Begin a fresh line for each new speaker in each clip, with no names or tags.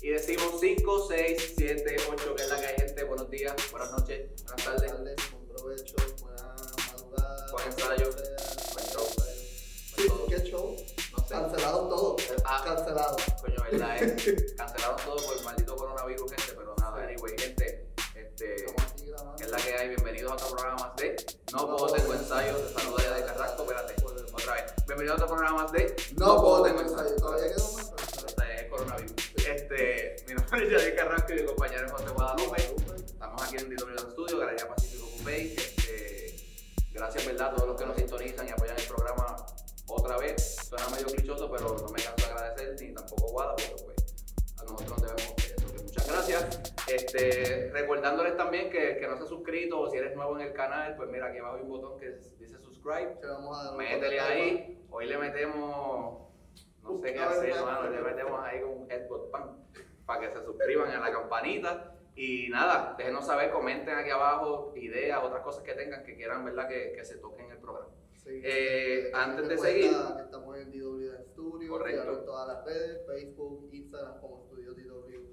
Y decimos 5, 6, 7, 8, que es la que hay gente. Buenos días, buenas noches, buenas tardes.
buen provecho, buena madrugada.
Buen ensayo. Buen show. Buen pues, todo.
¿Qué show?
No sé.
Cancelado todo.
Ah.
Cancelado.
Coño, verdad, eh. Cancelaron todo por el maldito coronavirus, gente. Pero nada, anyway, gente. Este,
Estamos aquí grabando.
que es la que hay. Bienvenidos a otro programa más de No Puedo Tengo Ensayo. Te saluda ya de Carrasco. Espérate, otra vez. Bienvenidos a otro programa más de
No puedo tener ensayo. Todavía quedó más ensayo.
Este, el coronavirus. Este, mi nombre es Javier Carrasco y mi compañero es José Guadalupe. Estamos aquí en Dito Unidos Studio, Galería Pacífico Coupé. Este, gracias, ¿verdad? A todos los que nos sintonizan y apoyan el programa otra vez. Suena medio clichoso, pero no me canso de agradecer, ni tampoco Guada, porque pues, a nosotros nos debemos eso. Que muchas gracias. Este, recordándoles también que el que no se ha suscrito o si eres nuevo en el canal, pues mira, aquí abajo hay un botón que dice subscribe.
Te vamos a dar un
Métele
poco de
ahí. Hoy le metemos. No sé qué
Uh, A ver,
hacer,
a ver, a
hermano.
ver.
Le metemos ahí con un headbutt pan. Para que se suscriban a la campanita. Y nada, déjenos saber, comenten aquí abajo ideas, otras cosas que tengan que quieran, ¿verdad? Que, que se toquen en el programa.
Sí.
Eh, antes de
Recuerda
seguir-
que Estamos en DW Studio.
Correcto.
claro, En todas las redes: Facebook, Instagram, como Estudio DW.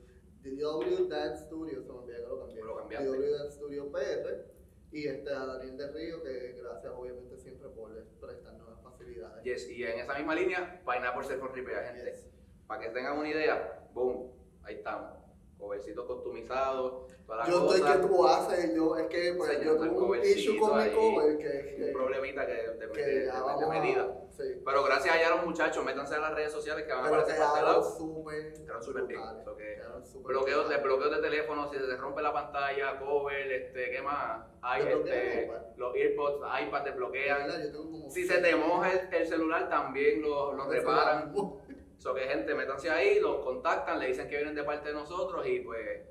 DW Dance Studio. Se me olvidó que lo cambié.
Lo cambiaste.
DW Dance Studio PR. Y este a Daniel de Río, que gracias obviamente siempre por prestarnos las facilidades.
Yes, y en esa misma línea, Pineapple Self Repair, gente.
Yes.
Para que tengan una idea, boom, ahí estamos. Covercitos customizados, todas las
Yo estoy
cosas.
que tú haces, yo es que pues,
Señor,
yo
el
tuve un issue con mi
covercito
cover
ahí, Un
que, que,
problemita que de,
que
de- de-
ya
de
vamos a-
medida.
sí.
Pero gracias allá a los muchachos, métanse a las redes sociales que van a
Pero
aparecer por este
quedaron
lado.
súper
Quedaron súper bien,
brutales,
lo que-
quedaron súper
Bloqueos,
brutales.
desbloqueos de teléfono, si se te rompe la pantalla, cover, este, ¿qué más? Hay
Desbloqueo,
este,
¿cuál?
los earpods, iPad desbloquean.
Mira, yo tengo como
Si
seis.
se te moja el, el celular, también los lo
Ese
reparan.
mismo.
So que gente, métanse ahí, los contactan, le dicen que vienen de parte de nosotros y pues.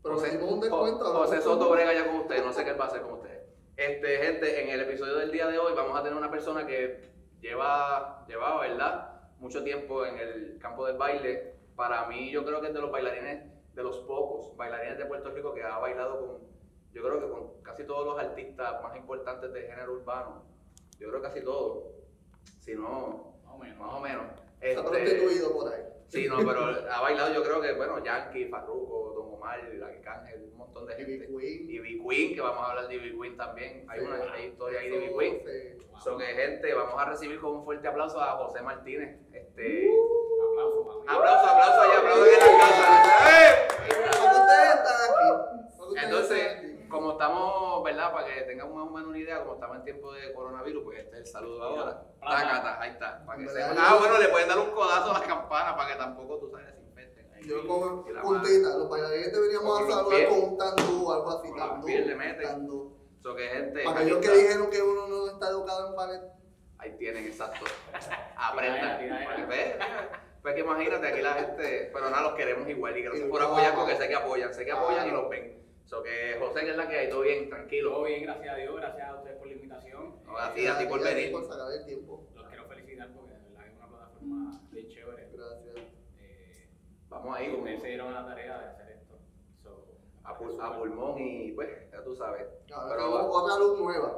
Pero
José-
hicimos un
Jo-
descuento. ahora
José
mismo.
Soto brega ya con ustedes, no sé qué él va a hacer con ustedes. Este, gente, en el episodio del día de hoy vamos a tener una persona que lleva, llevaba, ¿verdad? Mucho tiempo en el campo del baile. Para mí, yo creo que es de los bailarines, de los pocos bailarines de Puerto Rico que ha bailado con, yo creo que con casi todos los artistas más importantes de género urbano. Yo creo que casi todos, si no,
Más o menos.
más o menos.
Se ha
Este,
prostituido por ahí.
Sí, no, pero ha bailado yo creo que, bueno, Yankee, Farruko, Don Omar, La Cángel, un montón de
Ivy
gente.
Queen.
Y B Queen, que vamos a hablar de B Queen también. este, Hay
Sí,
una
wow.
hay historia ahí de
Eso,
B Queen.
sí.
Wow.
So que gente, vamos a recibir con un fuerte aplauso a José Martínez. Este,
Uh.
Aplauso, mami.
aplauso, aplauso allá, aplauso en la casa.
Cuando ustedes están aquí, cuando ustedes
Entonces,
están aquí,
como estamos, ¿verdad? Para que tengan más o menos una idea, como estamos en tiempo de coronavirus, pues este es el saludo ahora. Tacata, ahí está. Para que sepan. Ah, bueno, le pueden dar un codazo a las campanas para que tampoco tú sabes desinfecten. Ahí.
yo con
Y la
puntita, los bailarines deberíamos
Con los
saludar
pies.
con un tandú o algo así.
Con los
Tandú,
pies le meten.
tandú.
So que gente.
Para aquellos
ahí
que
está.
dijeron que uno no está educado en ballet,
Ahí tienen, exacto.
Tira,
Aprendan.
tira, tira.
Ve, Pues que imagínate, aquí la gente, pero nada, los queremos igual y gracias por
Igual.
apoyar porque sé que apoyan, sé que apoyan y
Claro.
los ven. So que José, que es la que hay, todo bien,
Todo
tranquilo.
bien, gracias a Dios, gracias a ustedes por la invitación.
No, a ti,
Eh,
a ti por
gracias
venir.
Por sacar el tiempo.
Los quiero felicitar porque de verdad es una plataforma bien chévere.
Gracias.
Eh,
Vamos ahí con
ustedes se dieron la tarea de hacer esto. So,
a, pul- a pulmón y pues, ya tú sabes.
Ahora
Pero-
tenemos otra luz nueva.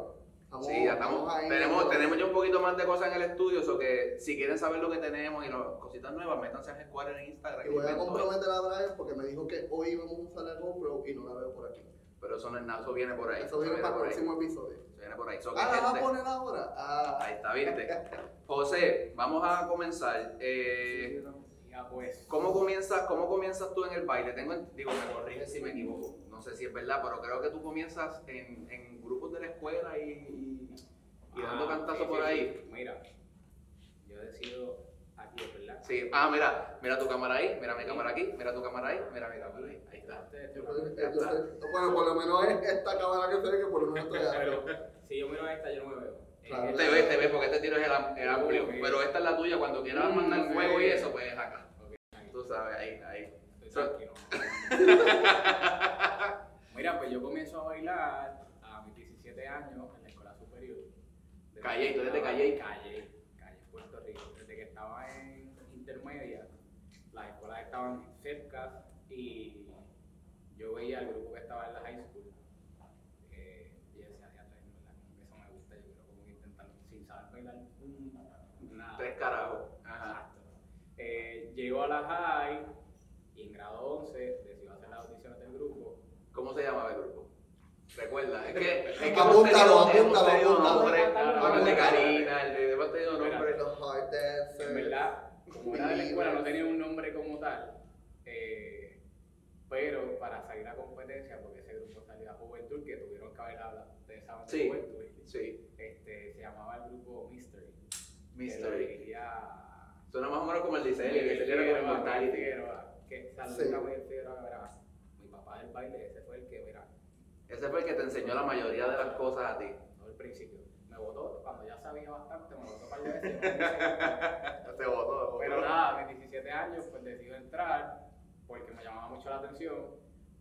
Estamos-
Sí, ya estamos.
ahí.
Tenemos, tenemos ya un poquito más de cosas en el estudio, so que si quieren saber lo que tenemos y las cositas nuevas, métanse a Square en Instagram.
Y
y
voy a
ven todo
comprometer a Brian porque me dijo que hoy íbamos a usar la GoPro y no la veo por aquí.
eso. Pero eso no es nada, eso viene por ahí.
Eso viene para el
por ahí.
próximo episodio.
Eso viene por ahí. So que,
Ah, la va a
gente,
poner ahora. Ah,
Ahí está, viste. José, vamos a comenzar. Eh,
Ya pues.
¿cómo, comienzas, ¿Cómo comienzas tú en el baile? Tengo, en- digo, me corrige si me equivoco. No sé si es verdad, pero creo que tú comienzas en, en grupos de la escuela y, y, y dando
Ah,
cantazo
sí, sí,
por
sí.
ahí.
Mira, yo decido aquí, ¿verdad?
Sí. Ah, mira, mira tu cámara ahí, mira mi cámara aquí, mira tu cámara ahí, mira mi cámara ahí. Ahí está.
Ustedes,
yo creo que- yo sé- bueno, por lo menos es esta cámara que se ve que por lo menos estoy acá.
Pero si yo miro a esta, yo no me veo. Eh,
Claro.
Te ves, te ves, porque este tiro es el, am- el amplio.
Ok.
Pero esta es la tuya, cuando quieras
Mm,
mandar fuego y
sí.
eso, pues es acá.
Ok, ahí.
Tú sabes, ahí, ahí.
Estoy tranquilo. Mira, pues yo comienzo a bailar a mis 17 años en la escuela superior. Desde
Calle,
que
tú eres de
estaba-
Calle.
Calle, Calle, Puerto Rico. Desde que estaba en intermedia, las escuelas estaban cerca y yo veía al grupo que estaba en la high school. eh, y yo decía, "Diablo, en verdad, como que eso me gusta, yo quiero como que intentar sin saber bailar mm, nada.
Tres carajos. Ajá.
Ajá. Eh, llego a la high y en grado
se llamaba el grupo? Recuerda, es que. Es que hemos
Apúntalo,
tenido- hemos
apúntalo,
tenido
apúntalo.
nombres,
Apúntalo.
el de Karina, el de. Hemos tenido
Mira.
nombres.
Los hard dancers.
En verdad, como era de la escuela, no tenía un nombre como tal, eh, pero para salir a competencia, porque ese grupo salió a Juventud, que tuvieron que haber hablado de esa banda de
Sí.
Juventud,
Sí,
este, se llamaba el grupo Mystery. que lo
Mystery.
dirigía
Suena más o menos como el diseño, el
Miguel
diseño era como
Figueroa, Miguel
Mortality.
Figueroa, que
Sí.
saluda a Miguel Figueroa, mira, mi papá del baile, ese fue el que, mira,
Ese fue el que te enseñó la mayoría de las cosas a ti.
no al principio, me votó, cuando ya sabía bastante, me votó para allá veces, me dice,
Te votó.
Pero nada, a mis 17 años, pues decido entrar porque me llamaba mucho la atención.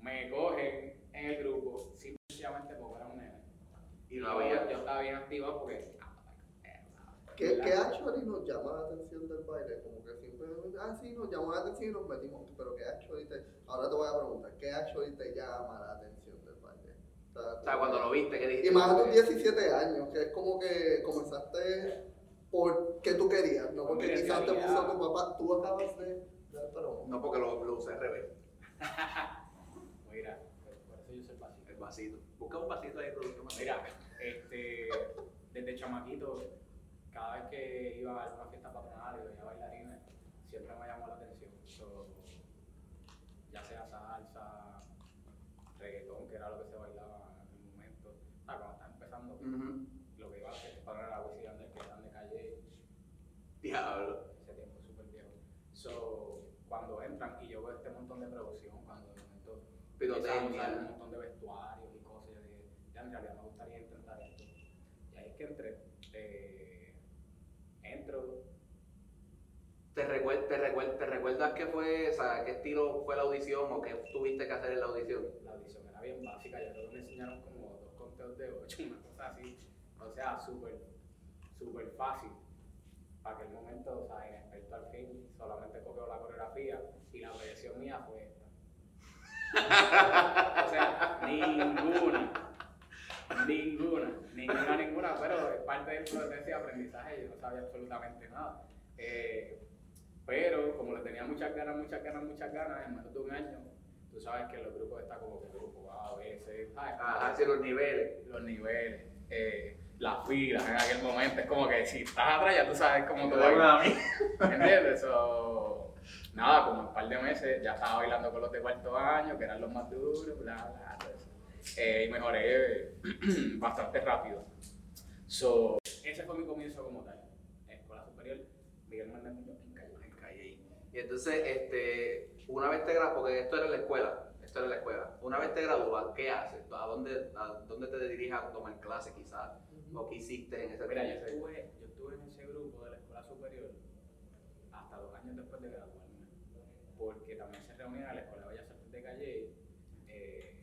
Me cogen en el grupo simplemente porque era un nene.
Y
Yo,
no había.
yo estaba bien activado porque. ah,
Que, que actually nos llama la atención del baile, como que siempre, ah, sí, nos llamó la atención y nos metimos, pero que actually te, ahora te voy a preguntar, ¿qué actually te llama la atención del baile? O sea,
O sea, cuando lo viste, que dijiste.
Y más de 17 años, que es como que comenzaste porque tú querías, no porque
Mira,
quizás te
ya.
puso tu papá, tú acabas de dar para un-
No, porque lo, lo usé al revés.
Pues, Mira, por eso yo soy básico.
El vasito. Busca un vasito ahí, producción. más.
Mira, este, desde chamaquito, cada vez que iba a alguna fiesta patronal y veía bailarines, siempre me llamó la atención. So, ya sea salsa, reggaetón, que era lo que se bailaba en el momento. O sea, cuando estaba empezando,
Ujú.
lo que iba a hacer para la Wisin y Yandel, que eran de calle,
Diablo.
ese tiempo es súper viejo. So, cuando entran y yo veo este montón de producción, cuando de momento empiezan a usar un
Pirotecnia.
montón de vestuarios y cosas, yo dije, ya en realidad me gustaría intentar esto. Y ahí es que entré, eh, entro,
¿Te, recuer- te, recuer- ¿Te recuerdas qué fue, o sea, qué estilo fue la audición o qué tuviste que hacer en la audición?
la audición era bien básica, yo creo que me enseñaron como dos conteos de ocho, una cosa así, o sea, súper, súper fácil. Para aquel momento, o sea, inexperto al fin, solamente copió la coreografía y la proyección mía fue esta. o sea, ninguna, ninguna, ninguna, ninguna, pero es parte del proceso de aprendizaje, yo no sabía absolutamente nada. Eh, pero como le tenía muchas ganas, muchas ganas, muchas ganas, en menos de un año, tú sabes que en los grupos está como que grupo A, B, C, ¿sabes?
Ajá, hacia los niveles.
los niveles, eh, las filas en aquel momento. Es como que si estás atrás ya tú sabes cómo te bailas. ¿Entiendes? So, nada, como un par de meses ya estaba bailando con los de cuarto año, que eran los más duros, bla, bla. todo eso. Eh, y mejoré bastante rápido. So, ese fue mi comienzo como tal. Escuela Superior, Miguel Hernández Muñoz, en Calle.
En calle. Y entonces, este, una vez te graduas, porque esto era en la escuela, esto era en la escuela, una vez te gradúas, ¿qué haces? ¿A dónde, a dónde te diriges a tomar clases quizás? ¿O qué hiciste en ese
Mira, yo
tiempo?
estuve, yo estuve en ese grupo de la escuela superior hasta dos años después de graduarme, porque también se reunía en la Escuela de Bellas Artes de Calle eh,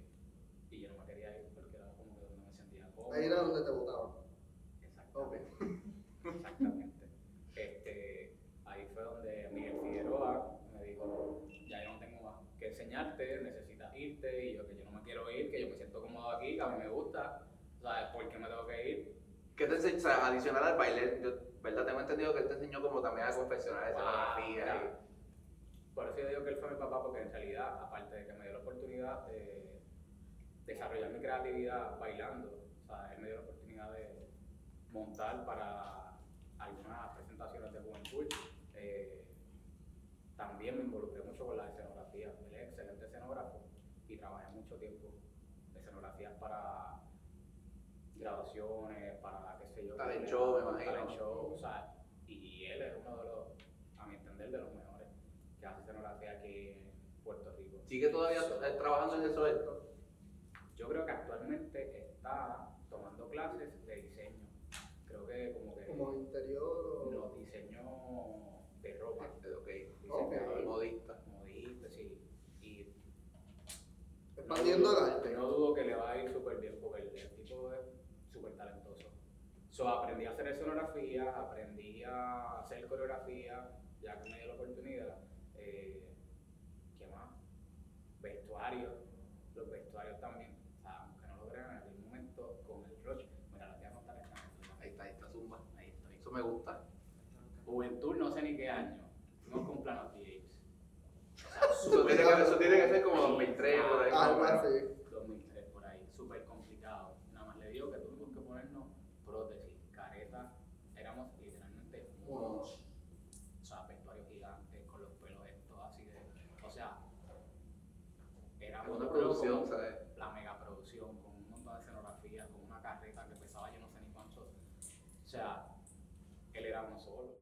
y yo no me quería ir porque era como que donde me sentía cómodo.
Ahí era donde te votaban.
Exactamente. Exactamente. Este, ahí fue donde Miguel Figueroa me dijo, ya yo no tengo más que enseñarte, necesitas irte, y yo que yo no me quiero ir, que yo me siento cómodo aquí, que a mí me gusta, ¿sabes por qué me tengo que ir?
¿Qué te enseñó? O sea, adicional al baile, yo, ¿verdad? Tengo entendido que él te enseñó como también a confeccionar escenografía.
Wow, mira. Por eso yo digo que él fue mi papá, porque en realidad, aparte de que me dio la oportunidad de desarrollar mi creatividad bailando, o sea, él me dio la oportunidad de montar para algunas presentaciones de juventud. Eh, también me involucré mucho con la escenografía. Él es excelente escenógrafo y trabajé mucho tiempo de escenografías para graduaciones, para qué sé yo.
Talent show, me imagino.
talent show, o sea, y él es uno de los, a mi entender, de los mejores que hace escenografía aquí en Puerto Rico.
¿Sigue todavía eh, trabajando en eso? él?
Yo creo que actualmente está tomando clases de diseño. Creo que como que
Como interior o.
los diseños de ropa.
Eh,
diseñador,
Ok, modista.
modista, sí. Y
Expandiendo el arte.
No dudo que le va a ir súper bien porque el, el tipo es súper talentoso. So, aprendí a hacer escenografía, aprendí a hacer coreografía, ya que me dio la oportunidad. Eh, ¿Qué más? Vestuarios. Los vestuarios también. O sea, aunque no lo crean, en algún momento con el Roche. Mira, la voy a contar esta anécdota.
Ahí está, ahí está Zumba.
Ahí estoy.
Eso me gusta.
Juventud, no sé ni qué año. Fuimos con Planos James.
Eso tiene que, eso tiene que ser como 2003 por ahí.
Ah,
más o menos.
sí.
2003,
producción,
con
¿sabes?
la megaproducción, con un montón de escenografía, con una carreta que pesaba yo no sé ni cuánto. O sea, él era uno solo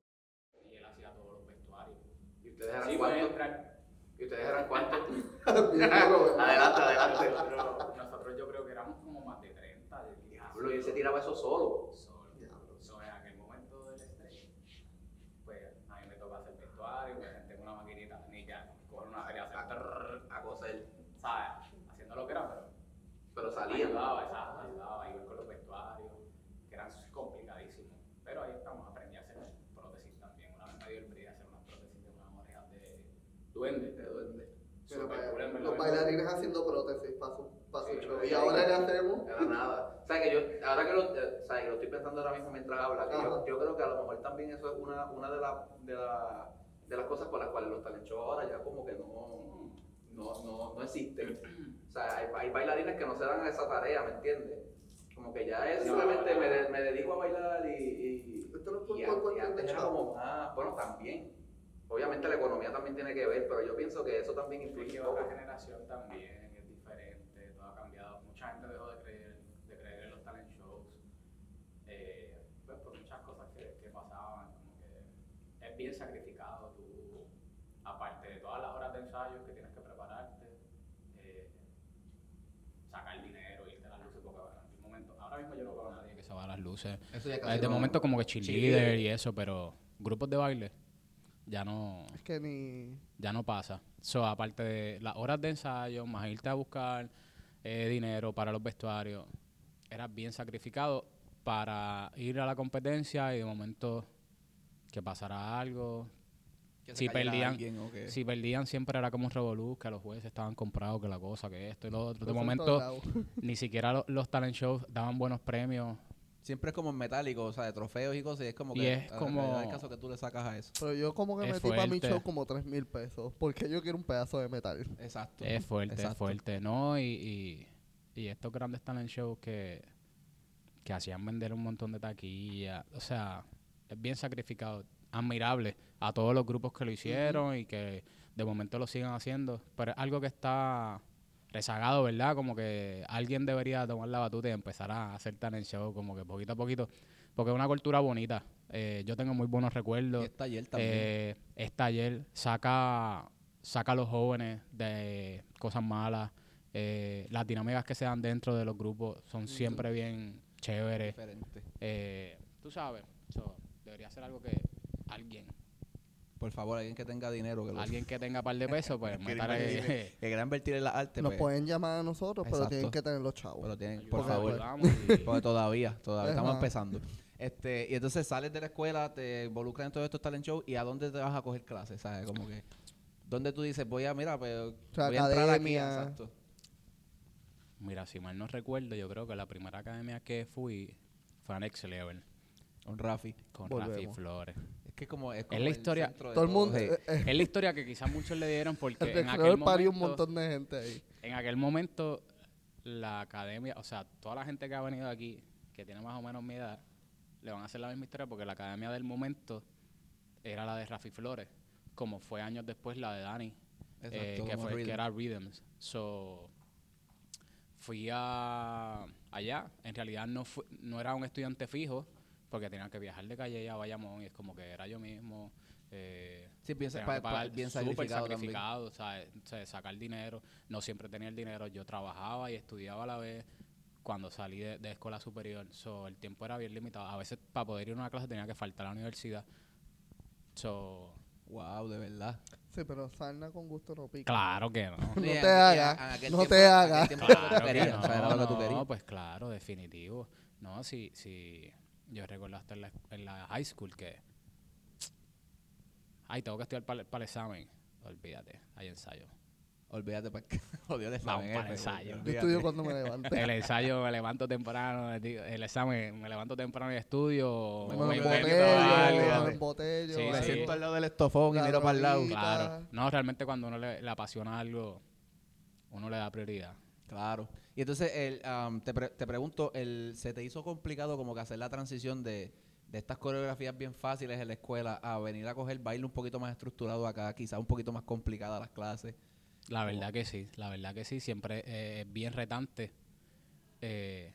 y él hacía todos los vestuarios.
¿Y ustedes eran
Sí, pueden
cuántos?
entrar,
¿Y ustedes eran cuántos?
Bien, Robert.
adelante, adelante.
pero nosotros yo creo que éramos como más de 30, de 10.
Diablo, y él se tiraba eso solo.
Solo.
Diablo.
So, en aquel momento del estrés, pues a mí me toca hacer vestuario, me senté en una maquinita, ni ya, coger una feria, hacer trrr,
A coser.
¿sabes? Haciendo lo que era, pero
Pero salía.
ayudaba, exacto, ayudaba, igual con los vestuarios, que eran complicadísimos. Pero ahí estamos, aprendí a hacer prótesis también. Una vez me dio el brillo de hacer unas prótesis de unas orejas de duende.
De duende.
Pero
Súper
para-
cool, en verdad.
Los bailarines haciendo prótesis para su, pa' su
Sí,
show.
sí.
Y ahora le hacemos.
De la nada. ¿Sabes que yo, ahora que lo, eh, sabes que lo estoy pensando ahora mismo mientras habla, que yo,
Ajá.
yo creo que a lo mejor también eso es una, una de, la- de, la- de las cosas por las cuales los talent shows ahora ya como que no, no, no, no existen. O sea, hay, hay bailarines que no se dan a esa tarea, ¿me entiendes? Como que ya es
No.
simplemente me, de- me dedico a bailar y... y
Esto no es por-
y
por
an- y
cuestión
antes
de
era
chavo.
como más, bueno, también. Obviamente la economía también tiene que ver, pero yo pienso que eso también
Es
influye
que
un poco.
otra generación también es diferente, todo ha cambiado. Mucha gente dejó de creer, de creer en los talent shows, eh, pues por muchas cosas que, que pasaban, como que es bien sacrificado tú, aparte de todas las horas de ensayos que tienes que prepararte, eh, sacar dinero, irte a las luces, porque bueno, en el momento, ahora mismo yo no veo a nadie que se va a las luces.
Eso ya
De momento como que cheerleader y eso, pero grupos de baile ya no
Es que ni.
ya no pasa. So, aparte de las horas de ensayo, más irte a buscar eh, dinero para los vestuarios, eras bien sacrificado para ir a la competencia y de momento que pasara algo.
Que
Si
cayera
perdían-
alguien o
Eh.
que-
Si perdían siempre era como un revolú, que los jueces estaban comprados, que la cosa, que esto y lo otro. De
Eso en
momento
todos lados.
ni siquiera lo- los talent shows daban buenos premios.
Siempre es como en metálico, o sea, de trofeos y cosas. Y es como
Y
que.
es
a- a-
como-
al caso que tú le sacas a eso.
Pero yo como que
Es
metí para mi
fuerte.
show como 3 mil pesos. Porque yo quiero un pedazo de metal.
Exacto.
Es fuerte,
Exacto.
es fuerte, ¿no? Y, y, y estos grandes talent shows que, que hacían vender un montón de taquilla. O sea, es bien sacrificado. Admirable a todos los grupos que lo hicieron y que de momento lo sigan haciendo. Pero es algo que está rezagado, ¿verdad? Como que alguien debería tomar la batuta y empezar a hacer talent show como que poquito a poquito. Porque es una cultura bonita. Eh, yo tengo muy buenos
Y
recuerdos
es taller también.
eh, es taller, saca, saca a los jóvenes de cosas malas. eh, las dinámicas que se dan dentro de los grupos son siempre bien chéveres.
diferente.
eh, Tú sabes, so, debería ser algo que alguien,
Por favor, alguien que tenga dinero. Que, lo-
alguien que tenga par de pesos, pues
que,
meter, eh,
que quiera invertir en la arte.
Nos
pues,
pueden llamar a nosotros, pero
Exacto.
tienen que tener los chavos.
Pero tienen,
ayuda,
por
Porque,
favor.
pues,
ayudamos y-
Porque todavía, todavía estamos
Ajá.
empezando. Este, y entonces sales de la escuela, te involucras en todos estos talent shows y a dónde te vas a coger clases, ¿sabes? Como que dónde tú dices, voy a mira, pero
sea,
voy a entrar aquí,
academia.
exacto.
Mira, si mal no recuerdo, yo creo que la primera academia que fui fue a Next Level
Con Rafi.
con Rafi
Volvemos.
Flores.
Es que como es como
la historia-
centro de
Todo el mundo.
Sí.
eh, eh,
Es la historia que quizás muchos le dieron
El
porque en aquel
recreador
momento...
parió un montón de gente ahí.
En aquel momento, la academia, o sea, toda la gente que ha venido aquí, que tiene más o menos mi edad, le van a hacer la misma historia porque la academia del momento era la de Rafi Flores, como fue años después la de Dani, eh,
Exacto,
que,
como
fue, que
Rhythm.
era Rhythms. So, fui a allá, en realidad no, fue- no era un estudiante fijo, porque tenía que viajar de calle a Bayamón y es como que era yo mismo. eh,
Sí, bien,
tenía
pa-
que
pa-
pagar
bien
súper
sacrificado,
sacrificado, o sea, eh, o sea, sacar dinero. No siempre tenía el dinero. Yo trabajaba y estudiaba a la vez cuando salí de, de escuela superior. So, el tiempo era bien limitado. A veces para poder ir a una clase tenía que faltar a la universidad. So,
también. Wow, de verdad.
Sí, pero sarna con gusto no pica.
claro que no.
No
Sí,
te
en- en
hagas,
aquel
no te
en aquel
hagas.
tiempo era lo que
Claro
tú
que
querías,
no,
o sea, era lo que tú
no,
querías.
pues claro, definitivo. No, si, si yo recuerdo hasta en la, en la high school que, ay, tengo que estudiar para el examen. Olvídate, hay ensayo.
Olvídate pues, para que odio el examen,
para el
F,
ensayo.
eh,
Yo
pues, olvídate.
estudio cuando me levante.
El ensayo me levanto temprano, el di- el examen me levanto temprano y estudio.
Me
Me
o
voy a
invento
meter,
embotello, me
vale.
embotello.
Sí,
Me
algo.
sí.
siento al lado del estofón y
La
miro para el lado.
droguita.
Claro. No, realmente cuando uno le, le apasiona algo, uno le da prioridad.
Claro. Y entonces, el, am, te, pre- te pregunto, el, ¿se te hizo complicado como que hacer la transición de, de estas coreografías bien fáciles en la escuela a venir a coger baile un poquito más estructurado acá, quizás un poquito más complicada las clases?
La verdad que sí, la verdad que sí, siempre eh, es bien retante. Eh,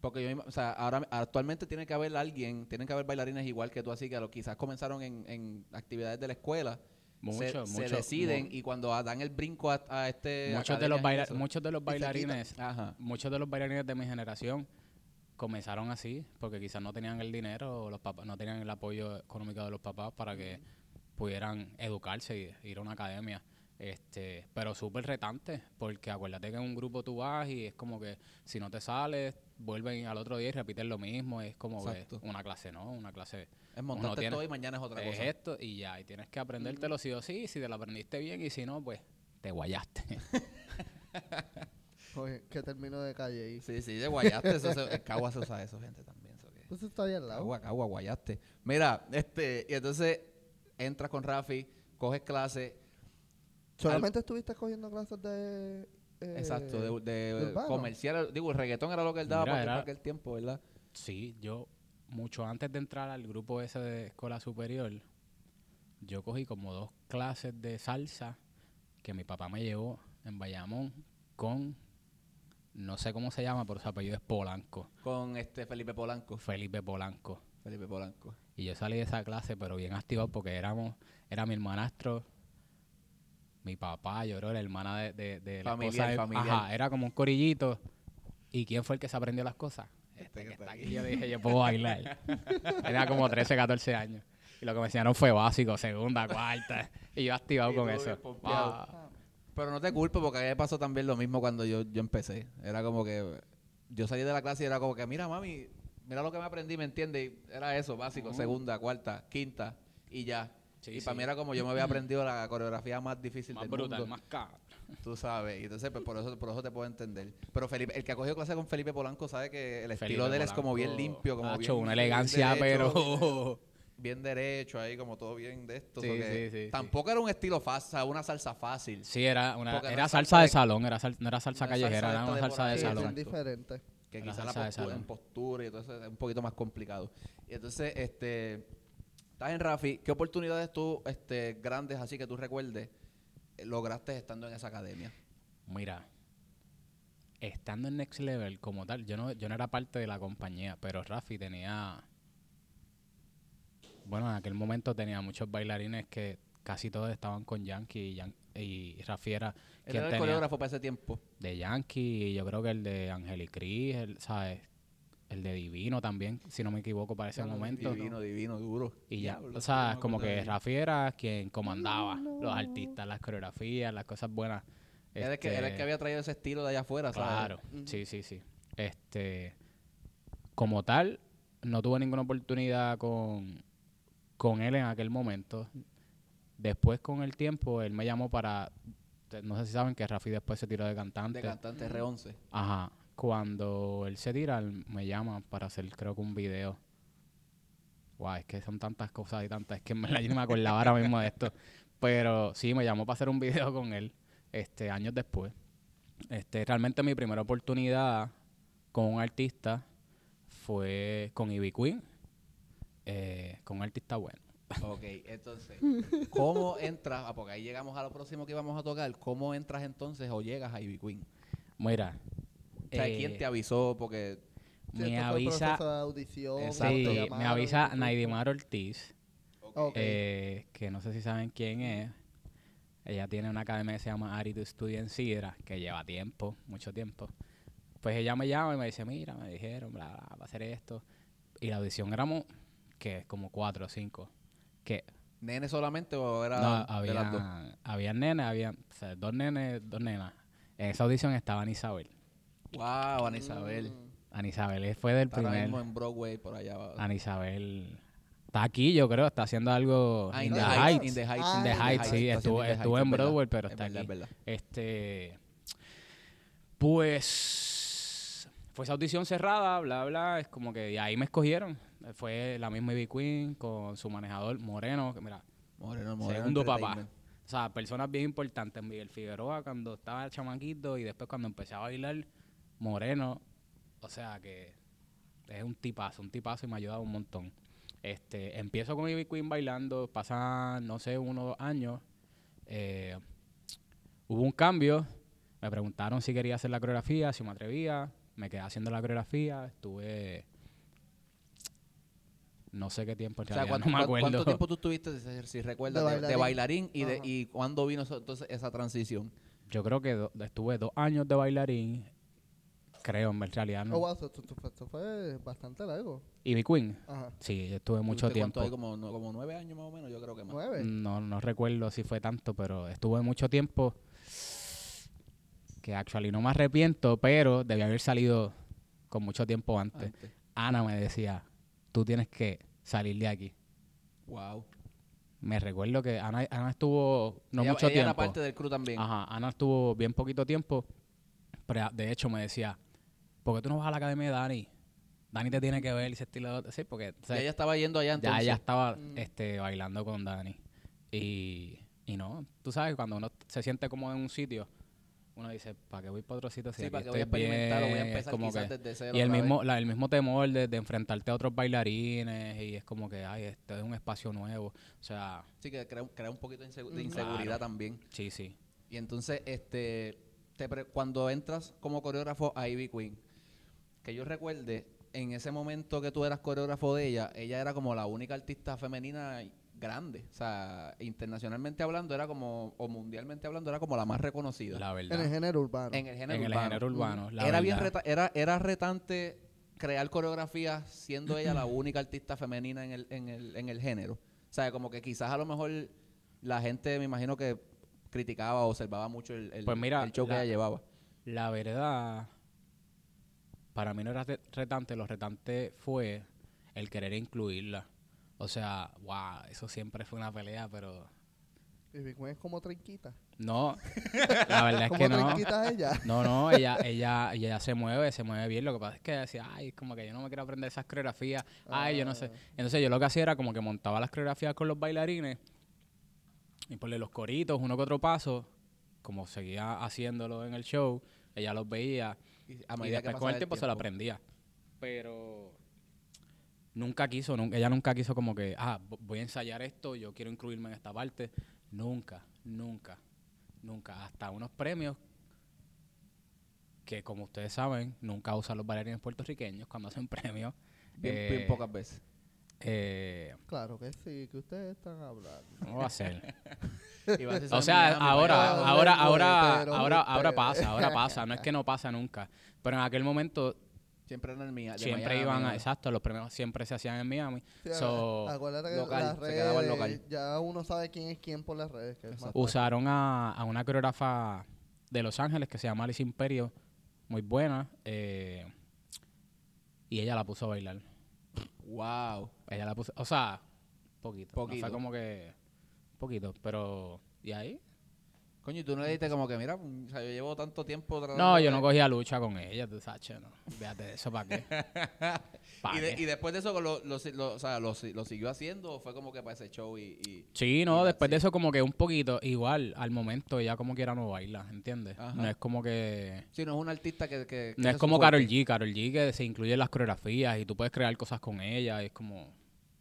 Porque yo, me ima- o sea, ahora actualmente tiene que haber alguien, tienen que haber bailarines igual que tú, así que a lo, quizás comenzaron en, en actividades de la escuela,
mucho,
se,
mucho,
se deciden
mu-
y cuando ah, dan el brinco a, a este
muchos de los
academias y
baila-
eso.
muchos de los
Y se quitan.
bailarines,
Ajá.
muchos de los bailarines de mi generación comenzaron así porque quizás no tenían el dinero o los papás no tenían el apoyo económico de los papás para que pudieran educarse y ir a una academia. Este, pero súper retante, porque acuérdate que en un grupo tú vas y es como que si no te sales, vuelven al otro día y repiten lo mismo, es como que
Exacto.
una clase no, una clase
Es montarte
tiene- Eh,
todo y mañana es otra
es
cosa.
esto y ya, y tienes que aprendértelo sí o sí, y si te lo aprendiste bien y si no, pues te guayaste.
Oye, que termino de calle ahí.
Sí, sí, de guayaste. Eso, se- en Caguas se usa eso, gente, también. eso que-
Pues Eso está ahí al
Ah,
lado.
Cagua, cagua, guayaste. Mira, este, y entonces entras con Rafi, coges clase,
Solamente estuviste cogiendo clases de. eh,
exacto, de, de-
de urbano.
comercial. Digo, el reggaetón era lo que él daba
Mira,
porque
era-
en aquel tiempo, ¿verdad?
sí, yo mucho antes de entrar al grupo ese de escuela superior, yo cogí como dos clases de salsa que mi papá me llevó en Bayamón con, no sé cómo se llama, pero su apellido es Polanco,
Con este Felipe Polanco.
Felipe Polanco.
Felipe Polanco.
Y yo salí de esa clase, pero bien activado, porque éramos, era mi hermanastro, mi papá, yo creo, la hermana de, de, de la
Familiar,
esposa de-
familiar.
Ajá, era como un corillito. ¿Y quién fue el que se aprendió las cosas? Este que está aquí. Yo dije, yo puedo bailar. Tenía como 13, 14 años. Y lo que me enseñaron fue básico, segunda, cuarta. Y yo activado
Y
con
tú
eso.
bien pompeado.
Ah,
Pero no te culpo porque a mí me pasó también lo mismo cuando yo, yo empecé. Era como que yo salí de la clase y era como que, mira, mami, mira lo que me aprendí, ¿me entiendes? Y Era eso, básico, segunda, cuarta, quinta y ya.
Sí,
y para
sí.
mí era como yo me había aprendido la coreografía más difícil
más
del
brutal,
mundo.
más caro.
Tú sabes, y entonces pues, por eso por eso te puedo entender. Pero Felipe, el que ha cogido clase con Felipe Polanco sabe que el estilo de él es como bien limpio, como
ha
bien,
hecho una elegancia,
bien derecho,
pero...
bien derecho ahí, como todo bien de esto.
Sí,
so que
sí, sí, sí.
tampoco era un estilo fácil, una salsa fácil.
Sí, era una
Porque no
era
es
salsa
salsa
de
de-
salón, era sal- no era salsa
no es salsa
callejera,
de
era
esta
una
de
salsa de
por
Sí, son
ahí.
salón.
diferentes.
que
La
quizás la
salsa
postura,
de salón.
en postura y todo eso es un poquito más complicado. Y entonces, este, estás en Rafi, ¿qué oportunidades tú, este, grandes así que tú recuerdes, eh, lograste estando en esa academia?
Mira, estando en Next Level como tal, yo no, yo no era parte de la compañía, pero Rafi tenía. Bueno, en aquel momento tenía muchos bailarines que casi todos estaban con Yankee y, Yan- y Rafi era
Él era
quien
el
tenía
coreógrafo para ese tiempo.
de Yankee y yo creo que el de Angelicris, el, ¿sabes? El de Divino también, si no me equivoco, para ese momento.
Divino, divino, duro.
Y ya,
Diablo,
o sea,
yo
es
me
como
acuerdo
que
de-
Rafi era quien comandaba los artistas, las coreografías, las cosas buenas.
Era el, que, era el
Este,
que había traído ese estilo de allá afuera, ¿sabes?
Claro, sí, sí, sí. Este, como tal, no tuve ninguna oportunidad con, con él en aquel momento. Después, con el tiempo, él me llamó para, te- no sé si saben que Rafi después se tiró de cantante.
De cantante R11.
Ajá. Cuando él se tira, él me llama para hacer, creo que un video. Guau, es que son tantas cosas y tantas. Es que en verdad yo no me acordaba ahora mismo de esto. Pero sí, me llamó para hacer un video con él este, años después. Este, realmente mi primera oportunidad con un artista fue con Ivy Queen, eh, con un artista bueno.
Ok, entonces, ¿cómo entras? Ah, porque ahí llegamos a lo próximo que íbamos a tocar. ¿Cómo entras entonces o llegas a Ivy Queen?
Mira,
O sea,
eh,
¿quién te avisó? Porque
Sí,
me
esto fue el
avisa,
proceso de audición,
Exacto.
sí,
te
me
llamaron,
avisa
tú-
Naidimar Ortiz.
Ok.
eh, que no sé si saben quién es. Ella tiene una academia que se llama Ari to Studio en Sidra, que lleva tiempo, mucho tiempo. Pues ella me llama y me dice, mira, me dijeron, bla, bla, va a hacer esto. Y la audición éramos, que como cuatro o cinco. Que
¿Nene solamente o era
no,
de las dos?
había, había nenes, había o sea, dos nenes, dos nenas. En esa audición estaba Anisabel.
Wow, Ana Isabel.
Mm.
Anisabel fue del
Está ahora
primer.
mismo en Broadway, por allá. abajo.
Anisabel está aquí, yo creo, está haciendo algo
Ah,
in the
Heights.
Heights.
In the Heights.
Ah,
in the
in
Heights,
the
Heights, sí,
está haciendo
estuvo-
In the Heights,
estuvo en
es verdad.
Broadway, pero
Es
está
verdad,
aquí.
es verdad.
Este. Pues. Fue esa audición cerrada, bla, bla. Es como que y ahí me escogieron. Eh, Fue la misma Ivy Queen con su manejador Moreno. Que mira,
Moreno, Moreno
segundo papá.
Entertainment.
O sea, personas bien importantes. Miguel Figueroa cuando estaba chamaquito y después cuando empecé a bailar, Moreno. O sea que es un tipazo, un tipazo y me ha ayudado un montón. Este, empiezo con Ivy Queen bailando, pasan, no sé, unos dos años. Eh, hubo un cambio. Me preguntaron si quería hacer la coreografía, si me atrevía. Me quedé haciendo la coreografía. Estuve. No sé qué tiempo.
O
en
sea,
realidad,
¿cuánto,
no me
cuánto-
acuerdo.
cuánto tiempo tú estuviste, si, si recuerdas,
De
de de bailarín,
bailarín.
y, de,
Ajá.
y cuándo vino eso- entonces esa transición?
Yo creo que do- estuve dos años de bailarín. Creo, en realidad.
Oh,
No.
wow, esto, esto fue- esto fue bastante largo.
¿Y mi queen?
Ajá.
Sí, yo estuve mucho
¿Tuviste
tiempo.
¿Cuánto hay? Como, no- como nueve años más o menos, yo creo que más.
Nueve.
No, no recuerdo si fue tanto, pero estuve mucho tiempo que actually no me arrepiento, pero debía haber salido con mucho tiempo antes.
Antes.
Ana me decía, tú tienes que salir de aquí.
Wow.
Me recuerdo que Ana, Ana estuvo no
Ella-
mucho
ella era
tiempo.
parte del crew también.
Ajá, Ana estuvo bien poquito tiempo, pero de hecho me decía, ¿por qué tú no vas a la academia de Dani? Dani te tiene que ver y ese estilo de... otro". Sí, porque... o sea,
Y ella estaba yendo allá entonces.
ya ella estaba
Mm.
este, bailando con Dani. Y, y no, tú sabes, cuando uno se siente cómodo en un sitio, uno dice, ¿para qué voy para otro sitio? Si
Sí,
aquí
para que voy a
estoy bien?"
experimentar o voy a
Es
empezar
como
quizás
que-
desde cero.
Y el
otra vez.
mismo, la- el mismo temor de, de enfrentarte a otros bailarines y es como que, ay, este es un espacio nuevo. O sea,
Sí, que crea, un- crea un poquito de, insegu- de
Mm.
inseguridad
Claro.
también.
sí, sí.
Y entonces, este, te pre- cuando entras como coreógrafo a Ivy Queen, que yo recuerde, en ese momento que tú eras coreógrafo de ella, ella era como la única artista femenina grande. O sea, internacionalmente hablando, era como, o mundialmente hablando, era como la más reconocida.
La
En el
verdad.
género urbano.
en el género
En el
urbano.
género urbano. la
era bien
verdad.
reta- era, era retante crear coreografías siendo ella la única artista femenina en el, en el, en el género. O sea, como que quizás a lo mejor la gente, me imagino que criticaba o observaba mucho el, el,
Pues mira,
el show que
la-
ella llevaba.
La verdad, para mí no era re- retante, lo retante fue el querer incluirla. O sea, wow, eso siempre fue una pelea, pero
Y Big Queen es como trinquita.
no, la verdad es
como
que no.
trinquita ella.
No, no, ella, ella, ella se mueve, se mueve bien. Lo que pasa es que decía, ay, como que yo no me quiero aprender esas coreografías. Ay, yo no sé.
Ah.
Entonces yo lo que hacía era como que montaba las coreografías con los bailarines y ponle los coritos, uno que otro paso, como seguía haciéndolo en el show, ella los veía
Y, a
y
medida que
después
pasaba
con el tiempo, se lo aprendía. Pero nunca quiso, nun- ella nunca quiso como que, ah, vo- voy a ensayar esto, yo quiero incluirme en esta parte. Nunca, nunca, nunca. Hasta unos premios que, como ustedes saben, nunca usan los bailarines puertorriqueños cuando hacen premios.
bien,
Eh,
bien pocas veces.
eh,
Claro que sí, que ustedes están hablando.
¿Cómo va a ser?
Iba a decir,
O
"Son
sea,
Miami, vaya".
ahora,
vaya.
ahora,
Hombre,
ahora,
pero
ahora, ahora
ustedes.
pasa, ahora pasa. No es que no pasa nunca. Pero en aquel momento
siempre eran el mía. de
siempre
Miami,
iban a,
¿no?
exacto, los premios siempre se hacían en Miami. So,
Acuérdate que
local,
las
se quedaba
redes,
en local.
ya uno sabe quién es quién por las redes. Que es más
usaron a, a una coreógrafa de Los Ángeles que se llama Alice Imperio, muy buena, eh, y ella la puso a bailar.
Wow.
Ella la puso, o sea, poquito. O
Poquito.
sea, como que poquito, pero ¿y ahí?
Coño, y tú no le dijiste como que, mira, mm, o sea, yo llevo tanto tiempo tratando
No, yo
de-
no cogía lucha con ella, tú sabes, che, no. Fíjate de eso para qué. Pa'
Y, de-
qué.
y después de eso, lo, lo, lo- o sea, lo, lo siguió haciendo o fue como que para ese show y- y
Sí, no,
Mira,
después
sí.
de eso como que un poquito, igual, al momento ella como quiera no baila, ¿entiendes?
Ajá.
No es como que
Sí, no es un artista que... que- que
No
sea
es
su
como
fuerte.
Carol G. Carol G que se incluye en las coreografías y tú puedes crear cosas con ella. y es como,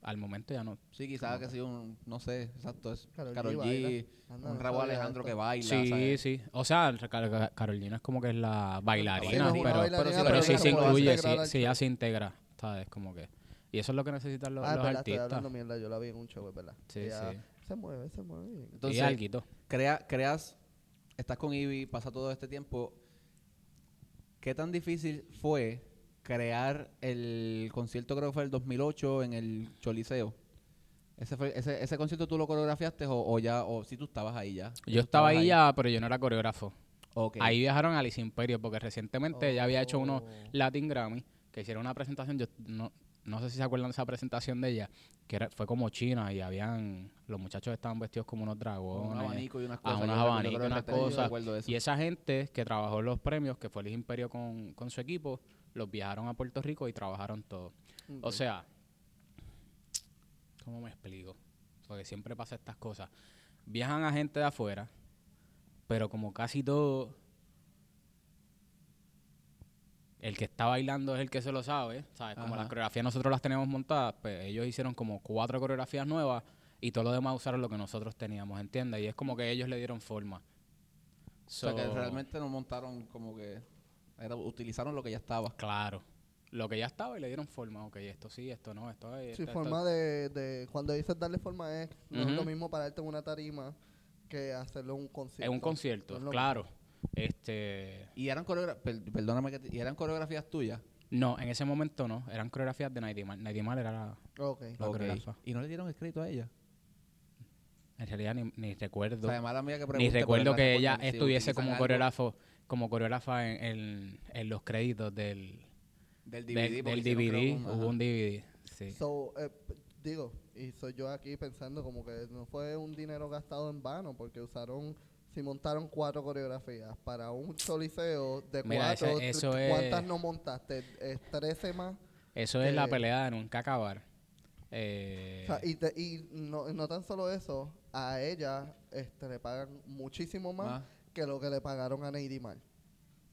al momento ya no.
Sí, quizás que sea un... No sé, exacto. Es
Karol
Carol,
G
G,
baila. Anda,
un
no
Rabo
sabía
Alejandro
esto.
que baila.
sí,
¿sabes?
sí. O sea, Car- Car- Carol G no es como que es la bailarina,
Sí, no es una
pero,
bailarina,
pero,
pero
sí
ella
se
como
incluye,
integral
sí,
al
sí, ella se integra, ¿sabes? Como que. Y eso es lo que necesitan los,
Ah, es
los
verdad, estoy
artistas.
hablando mierda, yo la vi en un show, es verdad.
Sí,
Ella
sí.
Se mueve, se mueve bien.
Y
Entonces,
alguito.
crea, creas... Estás con Ivy, pasa todo este tiempo. ¿Qué tan difícil fue crear el concierto, creo que fue el 2008, en el Choliseo? ¿Ese, fue, ese, ese concierto tú lo coreografiaste o, o ya, o si tú estabas ahí ya?
Yo
Tú
estaba
estabas
ahí ya, pero yo no era coreógrafo.
Ok.
Ahí viajaron a Alice Imperio porque recientemente ella había hecho unos
Oh.
Latin Grammy que hicieron una presentación. Yo no, no sé si se acuerdan de esa presentación de ella, que era- fue como China y habían los muchachos estaban vestidos como unos
Con un
dragones.
abanico y unas
Ah,
cosas.
unos
yo recuerdo-
abanicos,
yo creo que
unas
tengo- yo
cosas.
recuerdo eso.
Y esa gente que trabajó en los premios, que fue Alice Imperio con, con su equipo, los viajaron a Puerto Rico y trabajaron todo. O
Ok.
sea, ¿cómo me explico? Porque siempre pasa estas cosas. Viajan a gente de afuera, pero como casi todo, el que está bailando es el que se lo sabe, ¿sabes? Como las
Ajá.
coreografías nosotros las tenemos montadas, pues ellos hicieron como cuatro coreografías nuevas y todo lo demás usaron lo que nosotros teníamos, ¿entiendes? Y es como que ellos le dieron forma. O
o sea, que
So,
realmente no montaron como que... era- utilizaron lo que ya estaba.
Claro. Lo que ya estaba y le dieron forma. Ok, esto sí, esto no, esto es.
Sí,
esto-
forma
esto-
de, de- Cuando dices darle forma es, no es lo
Ujú.
mismo pararte en una tarima que hacerlo en un concierto.
Es un
No
concierto,
es lo
claro. Este.
Y eran coreografías... perdóname que te- ¿Y eran coreografías tuyas?
No, en ese momento no. Eran coreografías de Naidimal. Naidimal era la.
Ok.
La
Ok.
coreógrafa.
Y no le dieron escrito a ella.
En realidad ni, ni
O
recuerdo.
sea, mala mía que
ni
pregunte,
recuerdo
pero
que
la
ella
recuerdan si
estuviese
utilizan
como
algo
coreógrafo, como coreógrafa en, en- en los créditos del
Del DVD.
del-
porque
del
hicieron, creo,
DVD.
un- ajá.
Hubo un DVD. Sí.
So, eh, p- digo, y soy yo aquí pensando como que no fue un dinero gastado en vano, porque usaron, si montaron cuatro coreografías para un soliseo de
Mira, ese-
cuatro, tú-
eso
tú-
es-
¿cuántas no montaste? Eh, ¿Trece más?
Eso es la
Eh,
pelea de nunca acabar. Eh,
O sea, y te- y no, no tan solo eso, a ella este, le pagan muchísimo más
Más.
que lo que le pagaron a Neidi Mal.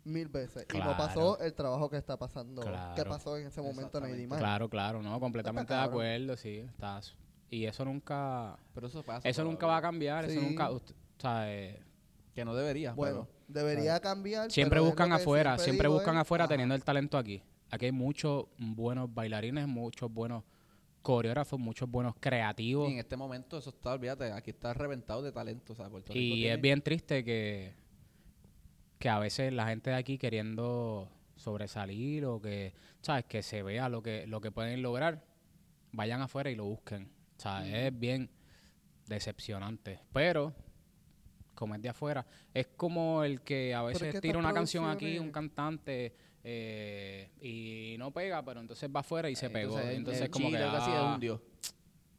Mil veces. Y no
Claro.
pasó el trabajo que está pasando, que
Claro.
pasó en ese momento Neidi Mal.
claro, claro, no, completamente de
cabrón.
acuerdo, sí, estás. Y eso nunca,
Pero eso pasa.
eso nunca va a
todavía.
cambiar, eso
Sí.
nunca, ust- o sea, eh,
Que no debería.
Bueno, debería cambiar.
siempre
pero es lo
buscan
que
afuera,
siempre
siempre,
digo
buscan
es,
afuera
ajá.
teniendo el talento aquí. Aquí hay muchos buenos bailarines, muchos buenos coreógrafos, muchos buenos
pero
creativos.
y en este momento eso está, olvídate, aquí está reventado de talento. O sea, Puerto Rico
Y
tiene-
es bien triste que, que a veces la gente de aquí queriendo sobresalir o que, ¿sabes? Que se vea lo que, lo que pueden lograr, vayan afuera y lo busquen. O sea, es bien decepcionante. Pero, como es de afuera, es como el que a
es
veces
que
tira
estas
una canción aquí, un
producciones-
cantante, eh, y no pega, pero entonces va afuera y
Eh,
se pegó.
en-
Entonces,
en
como que,
Chile, algo así,
ah,
es un dios.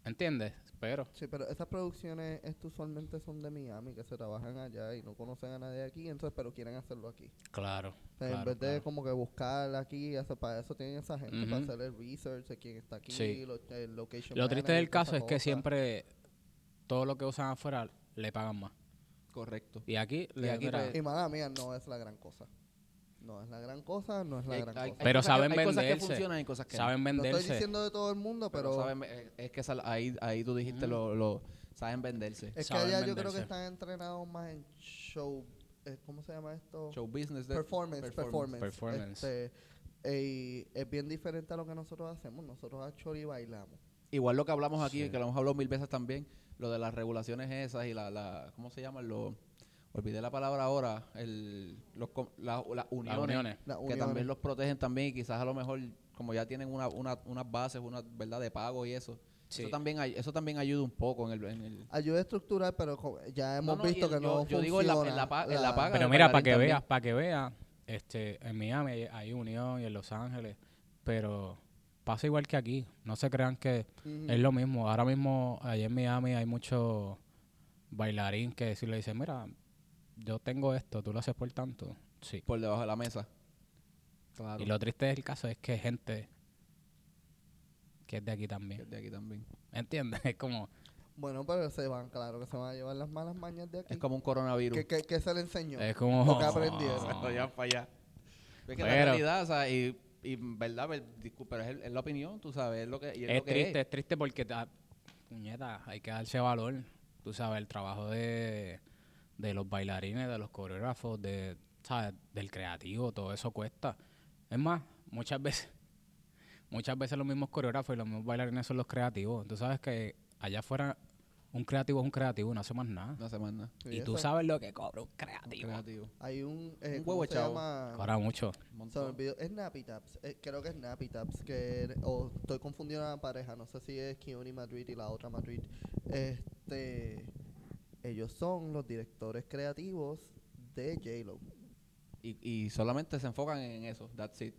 ¿entiendes? Pero...
Sí, pero esas producciones este, usualmente son de Miami, que se trabajan allá y no conocen a nadie aquí, entonces pero quieren hacerlo aquí.
Claro.
O sea, en
claro,
vez de
claro.
como que buscar aquí, hacer- para eso tienen esa gente, para
Ujú.
hacer el research de quién está aquí,
Sí.
lo, el location
Lo triste del
manager, toda
caso es
esa
que
cosa.
siempre todo lo que usan afuera le pagan más.
Correcto.
Y aquí le
aquí,
mira,
pues,
Y mala mía, no es la gran cosa. No es la gran cosa, no es la
Hay-
gran
Eh, hay-
cosa.
Pero
hay cosas que-
saben
hay cosas que
venderse.
funcionan y cosas que no.
saben
Lo estoy
venderse.
diciendo de todo el mundo,
Pero
pero...
saben- es- es que esa- ahí, ahí tú dijiste lo, lo- saben venderse.
es que
saben
allá yo creo que
venderse.
están entrenados más en show... eh, ¿Cómo se llama esto?
Show business de
performance, performance.
Performance.
Este, eh, y es bien diferente a lo que nosotros hacemos. Nosotros a Chori bailamos.
Igual lo que hablamos aquí,
Sí.
que lo hemos hablado mil veces también, lo de las regulaciones esas y la, la ¿cómo se llaman? Lo, olvidé la palabra ahora, el, los, com- la- las
Las
uniones,
uniones.
Las
que
uniones.
también los protegen también y quizás a lo mejor como ya tienen una, una- unas bases, una verdad de pago y eso.
Sí.
Eso también ay- eso también ayuda un poco en el, en el-
Ayuda Ah, estructural, pero co- ya hemos
No, no, y
visto
el-
que
yo-
no
yo digo en la- en la pa-
paga
en la paga.
Pero
de
mira, para
bailarín
que
también.
veas, para que veas, este, en Miami hay, hay unión y en Los Ángeles, pero pasa igual que aquí. No se crean que es lo mismo. Ahora mismo, allá en Miami hay muchos bailarín que si le dicen, mira, yo tengo esto, tú lo haces por tanto. Sí.
por debajo de la mesa. Claro.
Y lo triste del caso es que hay gente que es de aquí también.
que es de aquí también.
¿Entiendes? Es como.
Bueno, pero se van, claro que se van a llevar las malas mañas de aquí.
Es como un coronavirus.
¿Qué, qué- qué se le enseñó?
Es como.
Lo que aprendieron.
Exacto, ya para allá. Es que la
Ah. Pero-
realidad, o sea, y, y verdad, ver- discul- pero es, el- es la opinión, tú sabes, es lo que y es,
Es
lo que
triste,
es.
es triste porque. ta- puñeta, hay que darse valor. Tú sabes, el trabajo de, de los bailarines, de los coreógrafos, de, ¿sabes? del creativo, todo eso cuesta. Es más, muchas veces. Muchas veces los mismos coreógrafos y los mismos bailarines son los creativos. Tú sabes que allá afuera un creativo es un creativo, no hace más nada.
No hace más nada.
Sí,
y tú
eso.
sabes lo que cobra un creativo.
Creativo.
Hay un... eh,
Un
¿cómo
huevo
se
chavo.
llama?
Cobra mucho.
Un
Se me
montón.
olvidó. Es Nappy Taps. eh, creo que es Nappy Taps. Que, er- o estoy confundiendo a la pareja. No sé si es Keone Madrid y la otra Madrid. Este, ellos son los directores creativos de J-Lo.
Y, y solamente se enfocan en eso, that's it.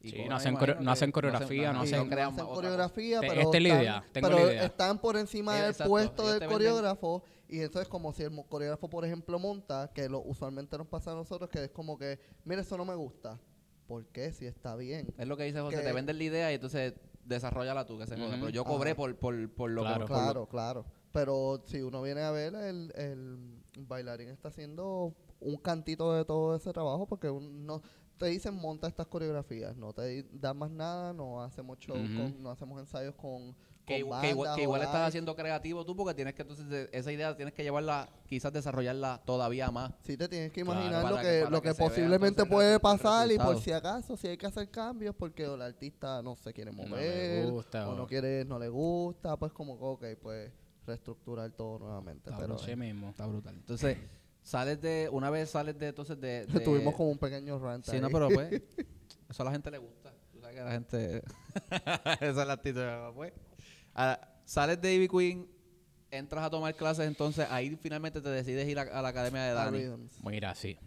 Y
Sí,
con-
no
me
hacen
imagino
coreo- no hacen coreografía, no
Y
hacen-
no crean más- otra cosa.
coreografía,
Te-
pero,
esta es la
están-
idea, tengo
pero
la idea. Eh,
están por encima
Sí,
del
exacto,
puesto
ellos
del
te venden-
coreógrafo. Y entonces, como si el mo- coreógrafo, por ejemplo, monta, que lo, usualmente nos pasa a nosotros, que es como que, mira, eso no me gusta. ¿Por qué? Si está bien.
Es lo que dice José,
Que-
te venden la idea y entonces desarrollala tú, que se joda.
Ujú.
Pero yo cobré
Ajá.
por, por, por lo
Claro.
que... por lo-
Claro, claro. Pero si uno viene a ver, el, el bailarín está haciendo un cantito de todo ese trabajo porque un- no te dicen monta estas coreografías, no te di- dan más nada, no hacemos show,
Ujú.
con- no hacemos ensayos con,
Que,
con
igu- que igual,
bandas
que igual
o
estás
live.
haciendo creativo tú porque tienes que entonces de- esa idea tienes que llevarla, quizás desarrollarla todavía más.
Sí te tienes que
Claro,
imaginar lo
para que-
que,
para
lo
que
que,
se vea
posiblemente
entonces
puede
el
pasar y por
resultado.
si acaso, si hay que hacer cambios porque el artista no se quiere
No le
mover
gusta,
o
o-
no quiere, no le gusta, pues como que, ok, pues reestructurar todo
Ah,
nuevamente.
Cabrón,
pero
sí
eh,
mismo.
Está brutal. Entonces, sales de, una vez sales de entonces de, de-
tuvimos como un pequeño rant
Sí, no,
ahí.
pero pues, eso a la gente le gusta. Tú sabes que a la gente, esa es la actitud, pues. Ahora, sales de Ivy Queen, entras a tomar clases, entonces ahí finalmente te decides ir a, a la academia
Ah,
de Dani.
Rhythms.
Mira, sí.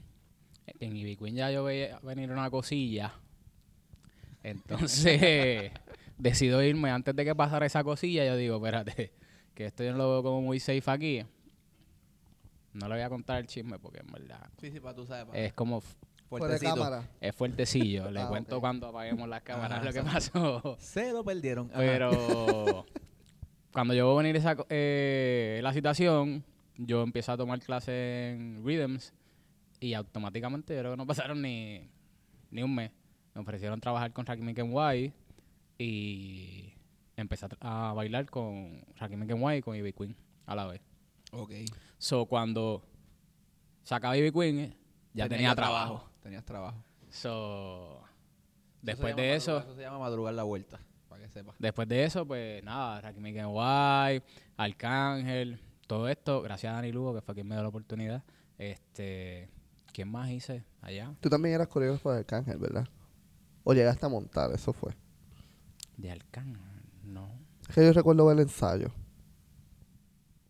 En Ivy Queen ya yo veía venir una cosilla. Entonces, decido irme antes de que pasara esa cosilla. Yo digo, espérate, que esto yo no lo veo como muy safe aquí. No le voy a contar el chisme porque en verdad
Sí, sí, para tú sabes. para-
es como f-
Fuera de
fuertecito.
cámara.
es fuertecillo. Le
Ah,
cuento
ok.
cuando apaguemos las cámaras
Ajá,
lo que pasó.
Se lo perdieron. Ajá.
Pero cuando yo veo venir esa, co- eh, la situación, yo empiezo a tomar clases en Rhythms y automáticamente, yo creo que no pasaron ni, ni un mes. Me ofrecieron trabajar con Rakim White y empecé a, tra- a bailar con Rakim White y con Ivy Queen a la vez.
Ok. Pues
So, cuando sacaba Ivy Queen, eh, ya tenía, trabajo.
Tenías trabajo.
So,
Eso se
después
llama madrugar,
de eso,
Eso se llama madrugar la vuelta, para que sepas.
Después de eso, pues nada, Rakim Miguel White, Arcángel, todo esto, gracias a Dani Lugo, que fue quien me dio la oportunidad. Este, ¿quién más hice allá?
Tú también eras coreógrafo de Arcángel, ¿verdad? O llegaste a montar, eso fue.
De Arcángel, no.
Es que yo recuerdo ver el ensayo.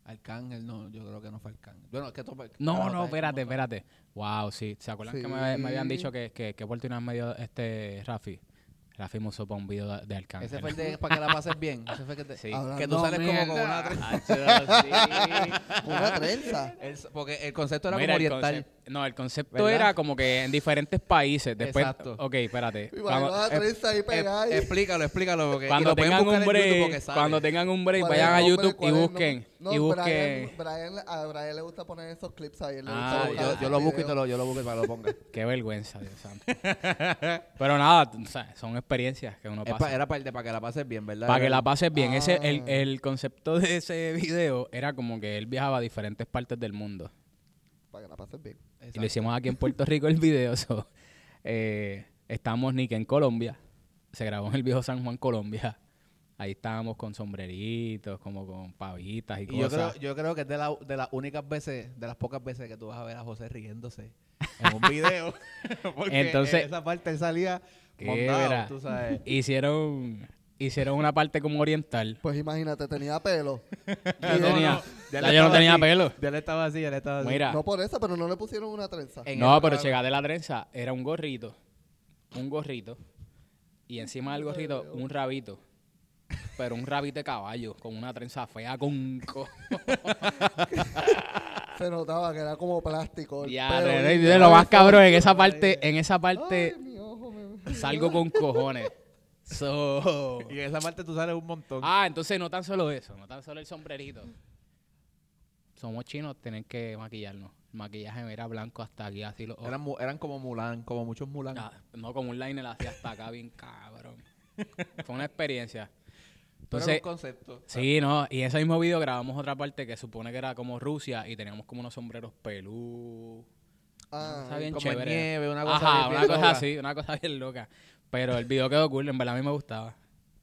Arcángel, no, yo creo que no fue Arcángel. Bueno, es que todo-
No,
carajo,
no,
Ah, está hecho un
espérate,
montón.
espérate. Wow, sí. ¿Se acuerdan que me, me habían
Sí.
dicho que, que, que oportunidad me dio este Rafi? Rafi Musso para un video de, de Arcángel.
Ese fue el de para que la pases bien. Ese fue que te-
Sí. Ah,
que tú
Hablando
sales como con una
Mierda.
tre-
Hacho, sí.
Una trenza.
El- porque el concepto era
Mira,
como
el
oriental.
concep- no, el concepto
¿Verdad?
era como que en diferentes países. Después,
Exacto.
Ok, espérate.
Y
Vamos-
bailó la
eh,
trenza ahí pegada.
Eh,
y-
explícalo, explícalo. Porque, y
cuando
lo pueden
tengan
buscar
un
en YouTube porque
break,
sale.
cuando tengan un break,
¿Cuál es
vayan a
el nombre?
YouTube y
¿Cuál es el
busquen.
nombre? No,
y busquen.
Brian, Brian- a Brian le gusta poner esos clips ahí. él le
Ah,
gusta buscar
yo,
esos
yo lo busco y te
videos.
lo, yo lo busco y para que lo ponga.
Qué vergüenza, Dios santo. Pero nada, tú sabes, son experiencias que uno
Es pa-
pasa.
era para el de para que la pases bien, ¿verdad?
Para que
Era-
la pases bien. Ese, el,
Ah.
el concepto de ese video era como que él viajaba a diferentes partes del mundo.
Para que la pases bien.
Y lo
Exacto.
hicimos aquí en Puerto Rico el video. so, eh, estamos Nick en Colombia. Se grabó en el viejo San Juan, Colombia. Ahí estábamos con sombreritos, como con pavitas y,
Y yo creo,
cosas.
yo creo que es de, la- de las únicas veces, de las pocas veces que tú vas a ver a José riéndose en un video. Porque
Entonces-
en esa parte él salía
¿Qué verá?
mondado, tú sabes.
hicieron hicieron una parte como oriental.
Pues imagínate, tenía pelo.
Yo
Y-
tenía-
Ya
la
él
yo no
estaba
tenía
así,
pelo.
Ya él estaba así, ya él estaba así.
Mira,
Ah, No por eso, pero no le pusieron una trenza.
En
no,
el-
pero llegada de la trenza era un gorrito, un gorrito y encima del gorrito un rabito. Pero un rabito de caballo con una trenza fea con co-
Se notaba que era como plástico. el
Ya,
pelo
René,
ahí.
de lo más cabrón en esa parte, en esa parte
Ay, mi ojo, me-
salgo con cojones. So,
Y en esa parte tú sales un montón.
Ah, entonces no tan solo eso, no tan solo el sombrerito. Somos chinos, tienen que maquillarnos. El maquillaje era blanco hasta aquí, así los ojos.
eran, mu- eran como Mulan, como muchos Mulan.
Ah, no, como un liner así hasta acá, bien cabrón. Fue una experiencia.
Pero era un
Entonces,
concepto.
sí, no, y ese mismo video grabamos otra parte que supone que era como Rusia y teníamos como unos sombreros pelú.
Ah,
Está bien
como
chévere.
nieve, una cosa
Ajá,
bien- bien
una cosa
loca.
así, una cosa bien loca. Pero el video quedó cool, en verdad a mí me gustaba.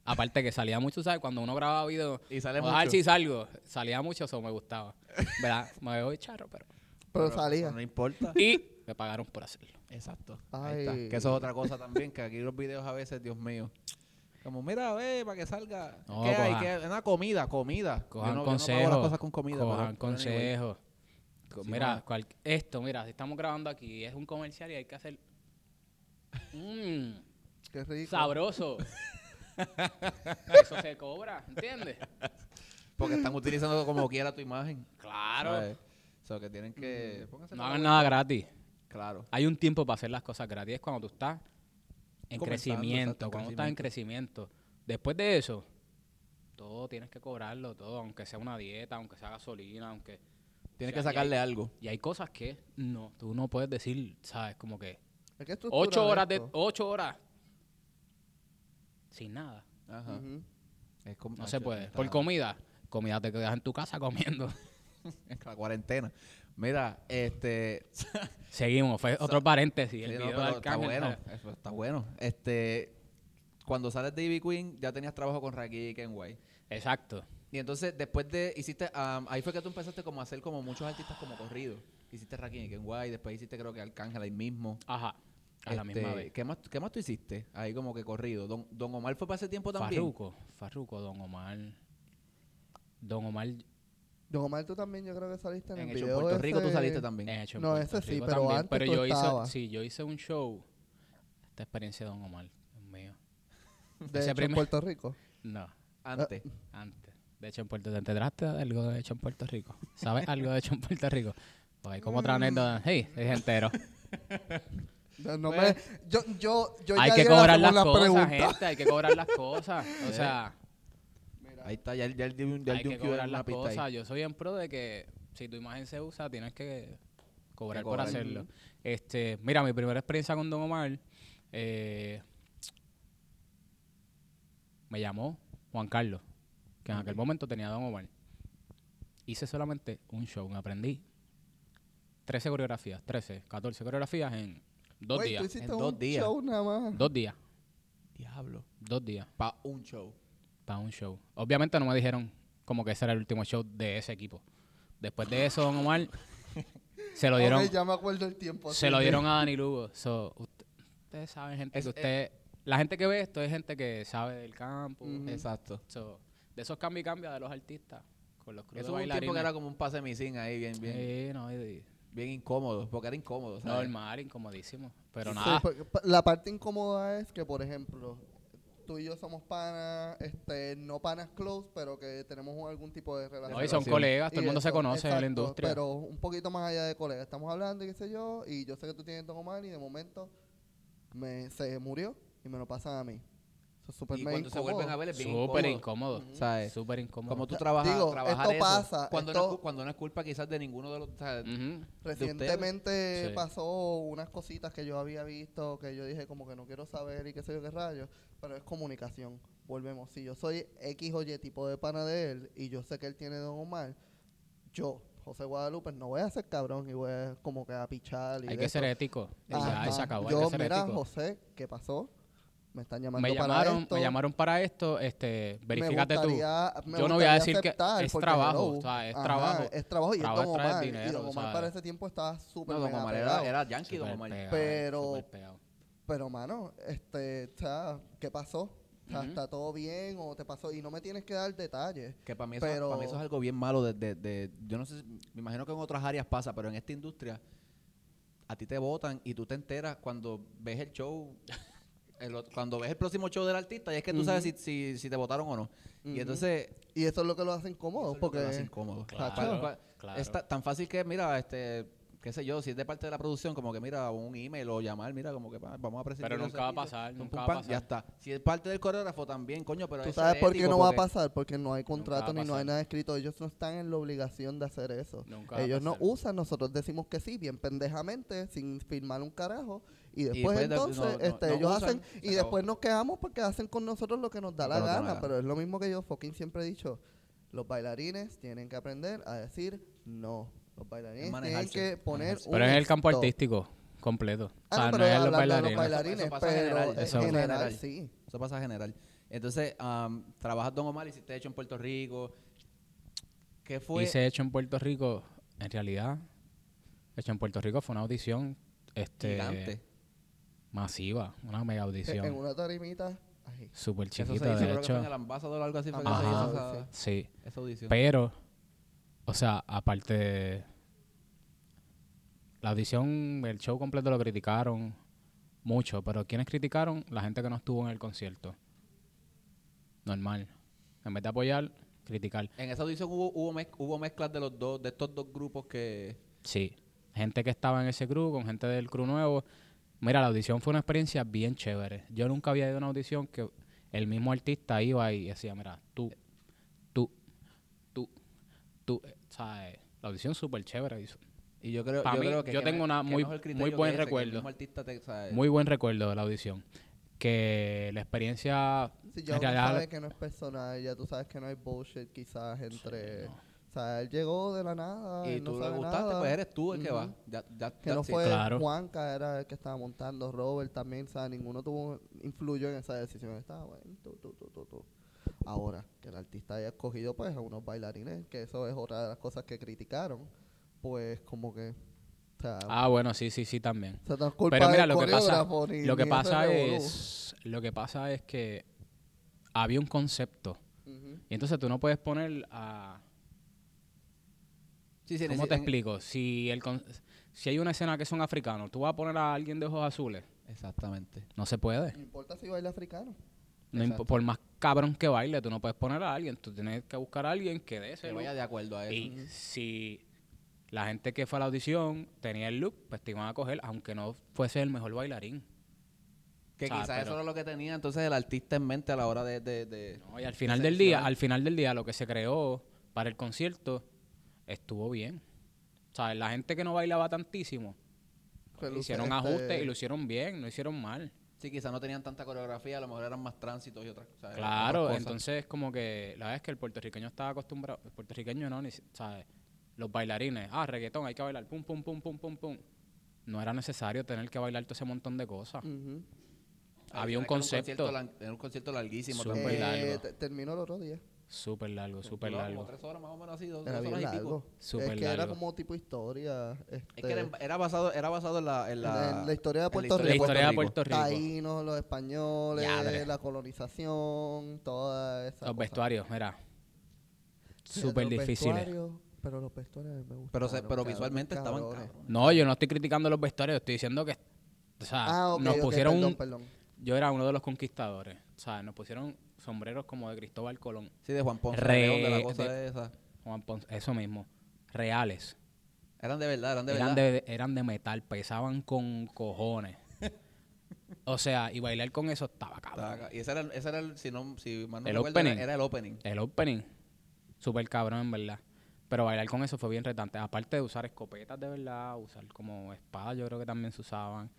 Aparte que salía mucho, ¿sabes? Cuando uno grababa video,
Y sale
o,
mucho.
"Ah, sí, salgo, salía mucho, eso me gustaba. ¿Verdad? Me veo charro, pero...
pero salía.
No importa.
Y me pagaron por hacerlo.
Exacto. Ahí
Ay.
está. Que eso es otra cosa también, que aquí los videos a veces, Dios mío. Como, mira, ve, para que salga.
No,
¿Qué hay?
cojan.
¿Qué hay? Una comida, comida.
Cojan
yo no, yo no
consejos.
pago las cosas con comida.
Cojan
pero- pero anyway.
consejos. Co-
Sí,
mira,
mano.
cual- esto, mira, si estamos grabando aquí, es un comercial y hay que hacer. Mm,
Qué rico.
sabroso. Eso se cobra, ¿entiendes?
Porque están utilizando como quiera tu imagen.
Claro.
¿sabes? O sea, que tienen que... pónganse
No
la
hagan
buena.
nada gratis.
Claro.
Hay un tiempo para hacer las cosas gratis. Es cuando tú estás
Comenzando,
en
exacto,
crecimiento,
en
cuando estás en crecimiento. Después de eso, todo tienes que cobrarlo, todo, aunque sea una dieta, aunque sea gasolina, aunque.
Tienes que
O sea, y hay-
sacarle algo.
Y hay cosas que no, tú no puedes decir, ¿sabes? Como que
Hay que estructurar
ocho horas de
esto.
ocho horas sin nada.
Ajá.
Ujú.
Es como-
No se
Hacho,
puede.
está-
Por comida. Comida te quedas en tu casa comiendo.
La cuarentena. Mira, este.
Seguimos. Fue otro paréntesis. El
sí, no,
video
pero
de
está
Arcángel, ah.
bueno.
¿sabes?
eso Está bueno. Este. Cuando sales de Ivy Queen, ya tenías trabajo con Raquel y Kenway.
Exacto.
Y entonces, después de. hiciste am, Ahí fue que tú empezaste como a hacer como muchos artistas como corridos. Hiciste Rakim y Kenway, después hiciste creo que Arcángel ahí mismo.
Ajá. A la misma
Este,
vez.
¿qué más, ¿Qué más tú hiciste? Ahí como que corrido. Don, Don Omar fue para ese tiempo también.
Farruco. Farruco, Don Omar. Don Omar.
Don Omar, tú también yo creo que saliste en,
En
el
hecho, en
video
Puerto Rico tú
ese-
saliste también.
eh, hecho en
No,
Puerto
ese sí,
Rico
pero antes
pero
tú
yo hice,
estabas.
sí, yo hice un show. Esta experiencia de Don Omar. Dios mío.
De
ese
hecho, en
primer-
Puerto Rico.
No.
Antes.
Antes. De hecho en Puerto ¿Te enteraste de algo de hecho en Puerto Rico? ¿Sabes algo de hecho en Puerto Rico? Pues hay como otra
Mm.
anécdota. Hey, es entero.
No, no me, yo, yo, yo
Pues, hay
ya
que
di la
cobrar las
segunda
cosas, eh,
pregunta.
gente. Hay que cobrar las cosas. O sea,
Ahí está, ya, el- ya el de un, ya el
hay
de un
que
Q era
cobrar
una
las
pista ahí.
cosas. Yo soy en pro de que si tu imagen se usa, tienes que cobrar
Que
por
cobrar.
hacerlo. Este, mira, mi primera experiencia con Don Omar eh, me llamó Juan Carlos, que en aquel momento tenía Don Omar. Hice solamente un show, aprendí 13 coreografías, 13, 14 coreografías en dos
Güey, tú
días.
hiciste
en
un
dos días.
show nada más.
Dos días,
Diablo.
dos días.
Para un show.
para un show. Obviamente no me dijeron como que ese era el último show de ese equipo. Después de eso, Don Omar se lo dieron,
Ok, ya me acuerdo el tiempo.
se
sí.
lo dieron a Dani Lugo. So, usted- ustedes saben, gente,
Es-
que usted, la gente que ve esto es gente que sabe del campo.
Ujú.
Exacto.
So, de esos cambios y cambios de los artistas con los crews
Eso
de
hubo un tiempo que
bailarines.
era como un pase misin ahí, bien, bien,
Sí, no, y-
bien incómodo, porque era incómodo. ¿sabes?
normal, incomodísimo. Pero
Sí, pues,
nada,
porque pa- la parte incómoda es que, por ejemplo, tú y yo somos panas, este, no panas close, pero que tenemos un- algún tipo de relación.
no, y son
relación.
colegas, todo
Y
el mundo se
eso,
conoce en la
exacto,
industria.
Pero un poquito más allá de colegas. Estamos hablando y qué sé yo, y yo sé que tú tienes Don Omar y de momento me, se murió y me lo pasan a mí. Eso es súper
Y
mega
cuando se
incómodo.
vuelven a ver es bien
Súper
incómodo.
incómodo.
¿Sabes?
Súper incómodo.
Como tú
O sea,
trabajas,
digo,
trabajar
esto
eso.
pasa,
Cuando,
esto-
No es, cu- cuando no es culpa quizás de ninguno de los... o sea,
Ujú.
ustedes?
Recientemente
Sí.
pasó unas cositas que yo había visto, que yo dije como que no quiero saber y qué sé yo qué rayos, pero es comunicación. Volvemos. Si yo soy X o Y tipo de pana de él y yo sé que él tiene Don Omar, yo, José Guadalupe, no voy a ser cabrón y voy a como que a pichar. Y
Hay
de
que
esto.
ser ético. Y
Ajá.
Ya, se acabó. hay
Yo,
que ser
mira,
ético.
José, ¿qué pasó? Me están llamando
me
para
llamaron,
esto.
me llamaron para esto, este, verifícate
me
tú.
gustaría- me
Yo no voy
gustaría
a decir que
aceptar,
es
porque,
trabajo,
hello,
o sea, es
ajá,
trabajo.
Es trabajo y
Trabajo
es Don
trae
Omar.
dinero,
y Don Omar
¿sabes?
para ese tiempo estaba súper
no, Don
mega
Omar
pegado.
era, era yankee,
Súper
Don Omar.
pegado,
Pero-
súper pegado.
Pero, mano, este, o sea, ¿qué pasó? O sea,
Ujú.
¿Está todo bien o te pasó? Y no me tienes que dar detalles.
Que para mí, eso,
Pero-
pa' mí eso es algo bien malo. De, de- de- yo no sé, si- me imagino que en otras áreas pasa, pero en esta industria a ti te votan y tú te enteras cuando ves el show, el ot- cuando ves el próximo show del artista y es que tú sabes si, si, si te votaron o no. Y
Ujú.
entonces...
Y eso es lo que lo hace incómodo,
eso es lo que
porque...
lo hace incómodo.
Claro,
Pa- pa-
claro.
es ta- tan fácil que, mira, este qué sé yo, si es de parte de la producción, como que mira, un email o llamar, mira, como que pa, vamos a presentar.
Pero nunca va a pasar, nunca va a
Ya
pasar.
está. Si es parte del coreógrafo también, coño, pero
¿Tú
eso
sabes
es
por qué
ético,
no va a
porque-
pasar? Porque no hay contrato
va a
ni no hay
pasar.
nada escrito. Ellos no están en la obligación de hacer eso.
Nunca va a
Ellos no
pasar.
usan, nosotros decimos que sí, bien pendejamente, sin firmar un carajo. Y
después
después,
de-
entonces
no- no-
este,
no
ellos
usan,
hacen,
se
y
acabó.
después nos quejamos porque hacen con nosotros lo que nos da
Lo
la
que nos da la
gana.
gana.
Pero es lo mismo que yo fucking siempre he dicho. Los bailarines tienen que aprender a decir no. Los bailarines tienen
manejarse,
que poner un
Pero es en el campo
stop.
artístico completo. O sea,
Ah, no,
no
pero
es en los
hablando de los
bailarines.
bailarines,
Eso pasa
pero
general,
en
eso pasa
general,
general.
sí.
Eso pasa general. Entonces, am, trabajas Don Omar, hiciste hecho en Puerto Rico. ¿Qué fue?
Hice hecho en Puerto Rico, en realidad, hecho en Puerto Rico fue una audición este,
gigante.
masiva, una
En
mega
en
audición.
una tarimita... Ay.
Súper
Eso se
chiquita,
hizo,
de
creo que fue en el
hecho.
ambasador o algo así. Fue que se
Ajá.
hizo esa,
Sí.
esa audición.
Pero, o sea, aparte de la audición, el show completo lo criticaron mucho, pero quienes criticaron? La gente que no estuvo en el concierto. Normal. En vez de apoyar, criticar.
En esa audición hubo, hubo, mez- hubo mezclas de los dos, de estos dos grupos que...
Sí. Gente que estaba en ese crew, con gente del crew nuevo. Mira, la audición fue una experiencia bien chévere. Yo nunca había ido a una audición que el mismo artista iba y decía, mira, tú, tú, tú, tú. eh, O sea, eh, la audición súper chévere. y su-
Y yo creo,
Pa'
yo
mí,
creo que...
yo
que
tengo
no-
una
que
muy-
no es el
muy
criterio
buen
que ese, que el
recuerdo.
mismo artista te- o sea,
Muy buen recuerdo de la audición. que la experiencia
Si ya
en
tú
realidad-
sabes que no es personal, ya tú sabes que no hay bullshit quizás entre...
no.
O sea, él llegó de la nada,
Y
él no
tú le
sabe
gustaste,
nada.
pues eres tú el que va.
Ujú.
Ya, ya,
Que no
that's it.
fue
Claro.
Juanca, era el que estaba montando, Robert también, o sea, ninguno tuvo, influyó en esa decisión. Estaba, bueno, tú, tú, tú, tú, tú. Ahora, que el artista haya escogido pues a unos bailarines, que eso es otra de las cosas que criticaron, pues como que, o sea,
ah bueno sí sí sí también
o sea, no es culpa
Pero mira,
del
lo que pasa,
coreógrafo ni-
lo que
ni ese
pasa
revolú.
es, lo que pasa es que había un concepto
Ujú.
y entonces tú no puedes poner a,
Sí, sí,
¿cómo te
en-
explico? Si el con- si hay una escena que son africanos, tú vas a poner a alguien de ojos azules,
Exactamente.
no se puede.
No importa si baila africano.
No imp-
Exacto.
por más cabrón que baile, tú no puedes poner a alguien, tú tienes que buscar a alguien que dé ese
Que
look.
vaya de acuerdo a eso.
Y si la gente que fue a la audición tenía el look, pues te iban a coger aunque no fuese el mejor bailarín.
que
o sea,
quizás eso
pero-
era lo que tenía entonces el artista en mente a la hora de... de, de-
No, y al final del día, al final del día lo que se creó para el concierto estuvo bien. O sea, la gente que no bailaba tantísimo
Se luce
hicieron
este-
ajustes y lo hicieron bien, no hicieron mal.
Sí, quizás no tenían tanta coreografía, a lo mejor eran más tránsitos y otras ¿sabes?
Claro,
otras cosas.
entonces como que la verdad es que el puertorriqueño estaba acostumbrado, el puertorriqueño no, ni, si- ¿sabes? Los bailarines, ah, reggaetón, hay que bailar, pum, pum, pum, pum, pum, pum. No era necesario tener que bailar todo ese montón de cosas.
Ujú.
Había
Era que
un
era
concepto
concierto lan- Era un concierto larguísimo
Súper
también.
largo,
Eh, te- terminó el otro día.
súper
Pues
largo, súper
Duraba
largo.
Como tres horas más o menos así, dos,
Era
dos horas
bien
y pico.
largo.
Súper
es que era
largo.
como tipo historia. este,
Es que era, en- era basado, era basado en, la, en, la,
En la historia de
en
Puerto
La
Rico.
historia de
Rico.
Puerto Rico,
Taínos, los españoles,
Yadre.
la colonización, toda esa. cosa.
los vestuarios, mira,
Sí, los
súper difíciles.
vestuarios, Pero los vestuarios a mí me gustaron.
Pero, se, pero
cabrón,
visualmente estaban
cabrones.
cabrones.
No, yo no estoy criticando los vestuarios, estoy diciendo que o sea,
Ah, ok,
nos
ok,
pusieron
perdón,
un-
perdón.
yo era uno de los conquistadores, o sea, nos pusieron sombreros como de Cristóbal Colón,
Sí, de Juan Ponce. de
Re-
León, de la cosa
de-
esa.
Juan Ponce, eso mismo, reales.
Eran de verdad, eran de
eran,
verdad.
de, eran de metal, pesaban con cojones. o sea, y bailar con eso estaba cabrón.
Estaba acá. Y ese era, el- ese era el, si no, si mal no
El
recuerdo, era-
opening.
era el opening.
El opening, súper cabrón en verdad. Pero bailar con eso fue bien retante. Aparte de usar escopetas de verdad, usar como espadas, yo creo que también se usaban.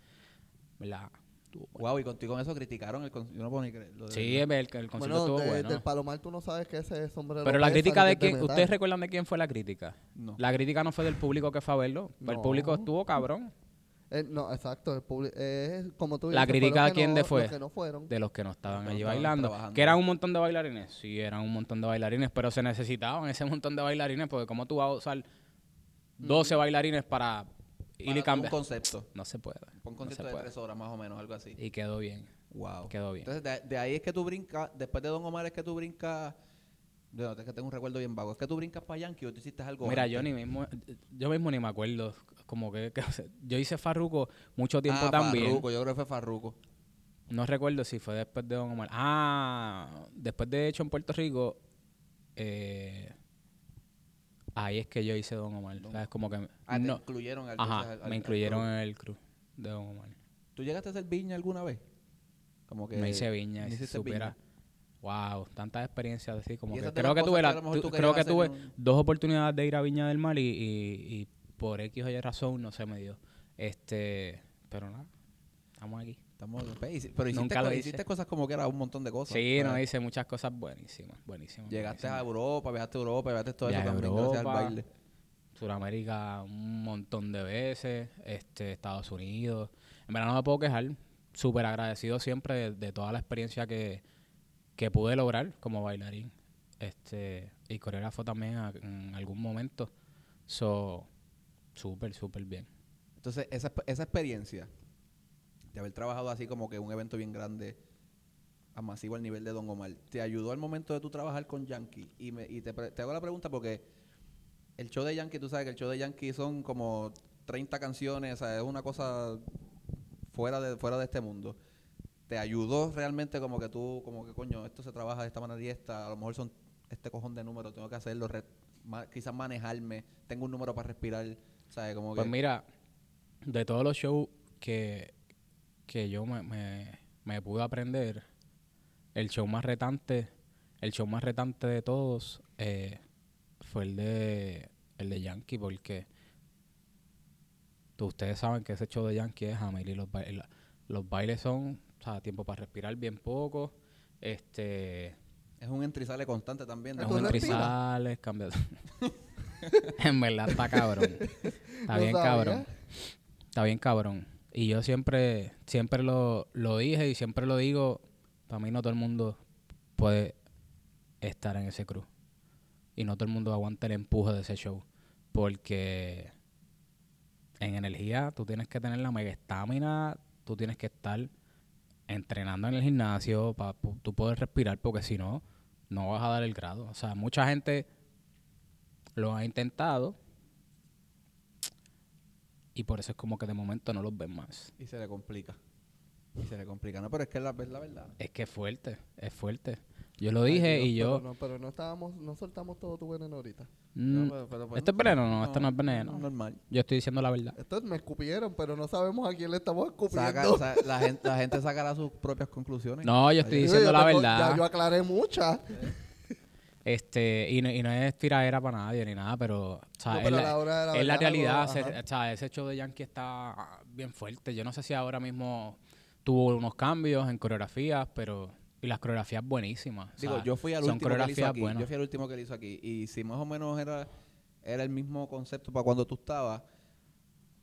¿Verdad? Estuvo bueno.
Wow, y contigo en eso criticaron el con- yo no puedo ni creer, lo de
Sí,
verdad.
el, el concierto
Bueno,
estuvo
de-
bueno.
del Palomar tú no sabes que ese sombrero.
Pero la
pesa ni
crítica
que
de
es
quién,
metal.
¿ustedes recuerdan de quién fue la crítica?
No.
La crítica no fue del público que fue a verlo. El
No.
público estuvo cabrón
Eh, no, exacto. el publi- eh, es como tú
La
dices, fue
crítica,
los que
¿quién
no-
de fue?
los que no fueron.
de los que no estaban
Los que
allí
no estaban
bailando.
trabajando.
Que eran un montón de bailarines. Sí, eran un montón de bailarines, pero se necesitaban ese montón de bailarines porque cómo tú vas a usar 12 bailarines para, ir y
Para un
cambiar.
concepto.
No se puede.
Fue Un
no se
concierto de
puede.
tres horas más o menos, algo así.
Y quedó bien.
Wow.
Quedó bien.
Entonces, de, de ahí es que tú brincas, después de Don Omar es que tú brincas, bueno, es que tengo un recuerdo bien vago, es que tú brincas para Yankee o tú hiciste algo
Mira,
antes.
yo ni mismo, yo mismo ni me acuerdo. Como que, que- yo hice Farruco mucho tiempo
ah,
también.
Farruko, yo creo que fue Farruko.
No recuerdo si fue después de Don Omar. Ah, después de hecho en Puerto Rico, eh, ahí es que yo hice Don Omar. ¿Sabes? Como que
Ah,
no.
te incluyeron al,
Ajá,
entonces al-
me
al-
incluyeron
al
en el crew de Don Omar.
crew. ¿Tú llegaste a hacer viña alguna vez? Como que
no hice viña,
no
y si
hiciste
supiera. Wow, tantas experiencias así como
Y
que
esas de
creo
las
que
cosas
tuve
que a
la-
lo mejor
tu-
tú
creo que
querías
tuve
hacer, ¿no?
dos oportunidades de ir a Viña del Mar y, y- y por X o Y razón no se me dio. Este, pero nada, estamos aquí.
Estamos- pe- hici- Pues, pero hiciste,
Nunca lo
cosas,
hice.
hiciste cosas como que era un montón de cosas.
Sí,
¿sabes?
no hice muchas cosas buenísimas, buenísimas.
pues. Llegaste
buenísimas.
a Europa, viajaste a Europa, viajaste todo eso
Viajé a
también, gracias al
Europa.
baile.
Sudamérica un montón de veces, este, Estados Unidos. En verdad no me puedo quejar. Súper agradecido siempre de, de toda la experiencia que, que pude lograr como bailarín. Este, y coreógrafo también a- en algún momento. So, súper, súper bien.
Entonces, esa, esa experiencia de haber trabajado así como que un evento bien grande, a masivo al nivel de Don Omar, ¿te ayudó al momento de tú trabajar con Yankee? Y, me- y te, pre- te hago la pregunta porque el show de Yankee, tú sabes que el show de Yankee son como 30 canciones, o sea, es una cosa fuera de, fuera de este mundo. ¿Te ayudó realmente como que tú, como que coño, esto se trabaja de esta manera y esta, a lo mejor son este cojón de números, tengo que hacerlo, re- ma- quizás manejarme, tengo un número para respirar, ¿sabes? Como
Pues
que...
mira, de todos los shows que, que yo me, me, me pude aprender, el show más retante, el show más retante de todos eh, fue el de el de Yankee, porque tú- ustedes saben que ese show de Yankee es Jamil y los, ba- la- los bailes son o sea, tiempo para respirar bien poco, este,
Es un entrizale constante también.
Ah,
¿no?
es
tú
un
respiras?
trizales, cambia. en verdad está cabrón. Está
No sabía.
bien cabrón. Está bien cabrón. Y yo siempre, siempre lo, lo dije y siempre lo digo, para mí no todo el mundo puede estar en ese cruz. Y no todo el mundo aguanta el empuje de ese show. Porque en energía tú tienes que tener la mega estamina, tú tienes que estar entrenando en el gimnasio para tú poder respirar, porque si no, no vas a dar el grado. O sea, mucha gente lo ha intentado y por eso es como que de momento no los ven más.
Y se le complica. Y se le complica. No, pero es que la- es la verdad.
Es que es fuerte, es fuerte. Yo lo dije
Ay,
y
Dios,
yo...
Pero no, pero no estábamos, no soltamos todo tu veneno ahorita.
mm,
No, pero- pero, pues,
¿Esto es veneno? No, esto no es veneno.
Normal.
Yo estoy diciendo la verdad.
Estos me escupieron, pero no sabemos a quién le estamos escupiendo.
Saca- sa- la, gente, la gente sacará sus propias conclusiones.
No, yo estoy diciendo
Yo
la
tengo- Ya yo
verdad.
aclaré muchas.
Este, y no, y no es tiradera para nadie ni nada, pero... o sea,
No,
es
pero
la-
a la hora de la
es la
verdad,
realidad.
algo-
se-
ajá.
o sea, ese show de Yankee está ah, bien fuerte. Yo no sé si ahora mismo tuvo unos cambios en coreografías, pero. Y las coreografías buenísimas. o
Digo,
sea,
yo fui al
son
último que él hizo
coreografías
aquí.
buenas.
Yo fui al último que él hizo aquí. Y si más o menos era, era el mismo concepto para cuando tú estabas,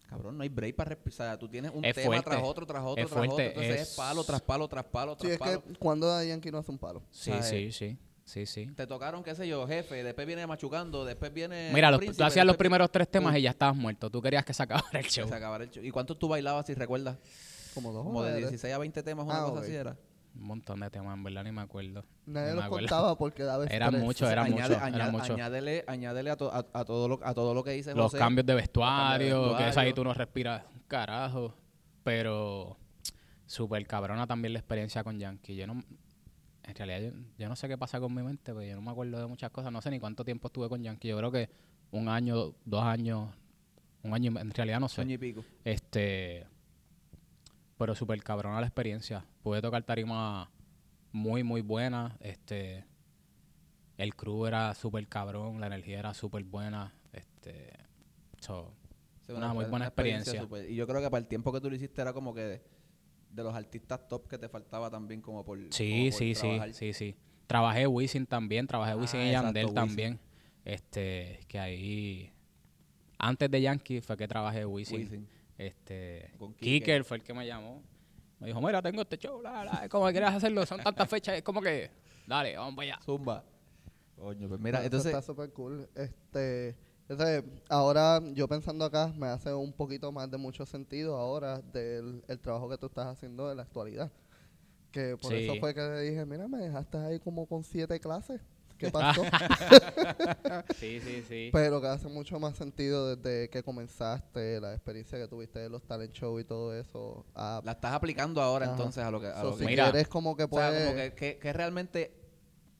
cabrón, no hay break para respirar. O sea, tú tienes un
Es
tema
fuerte.
tras otro, tras otro,
Es
tras otro.
fuerte,
Entonces es...
es-
palo tras palo, tras palo,
Sí,
tras
es
palo.
que cuando da Yankee no hace un palo.
Sí,
¿sabes?
sí, sí. Sí, sí.
Te tocaron, qué sé yo, jefe, después viene machucando, después viene.
Mira,
el
los- tú
Eh, príncipe,
hacías los
después-
primeros tres temas y ya estabas muerto. Tú querías que se acabara el show.
Se acabara el show. ¿Y cuántos tú bailabas, si recuerdas?
Como dos
Como de
horas.
16 a 20 temas, una
Oh, Ah,
cosa
ok.
así era.
Un montón de temas, en verdad, ni me acuerdo.
Nadie
Ni me
los
acuerdo.
contaba porque daba
Era
estrés.
mucho, era
Añade-
mucho, era
añade-
mucho.
Añádele, añádele a, to- a- a todo lo, a todo lo que dice
los
José.
cambios de vestuario,
vestuario.
que es ahí tú no respiras un carajo. Pero súper cabrona también la experiencia con Yankee. Yo no, en realidad yo, yo no sé qué pasa con mi mente, porque yo no me acuerdo de muchas cosas. No sé ni cuánto tiempo estuve con Yankee. Yo creo que un año, dos años, un año, y me- en realidad no sé.
Año y pico.
Este. Pero súper cabrona la experiencia. Pude tocar tarima muy, muy buena. Este. El crew era súper cabrón, la energía era súper buena. Este. so,
Sí,
Una muy buena experiencia.
super- y yo creo que para el tiempo que tú lo hiciste era como que de, de los artistas top que te faltaba también como por como
sí,
por
sí,
trabajar. Ah,
sí, sí, sí. Trabajé Wisin también, trabajé Wisin y
exacto,
Yandel
Wisin.
también. Este, que ahí. Antes de Yankee fue que trabajé Wisin.
Wisin.
Este,
Con Quique.
Kicker fue el que me llamó. Me dijo, mira, tengo este show, la, la, es como que quieras hacerlo, son tantas fechas, es como que, dale, vamos para allá.
Zumba. Coño, pues mira,
Eso
entonces
está súper cool. Este, entonces, ahora yo pensando acá, me hace un poquito más de mucho sentido ahora del el trabajo que tú estás haciendo en la actualidad. Que por
Sí.
eso fue que le dije, mira, me dejaste ahí como con siete clases. ¿Qué pasó?
Sí, sí, sí.
Pero que hace mucho más sentido desde que comenzaste, la experiencia que tuviste de los talent show y todo eso. a-
la estás aplicando ahora
Ajá.
entonces a lo que... a
So,
lo
si
que-
Mira.
quieres como que pues
o sea,
puedes...
como que, que- que realmente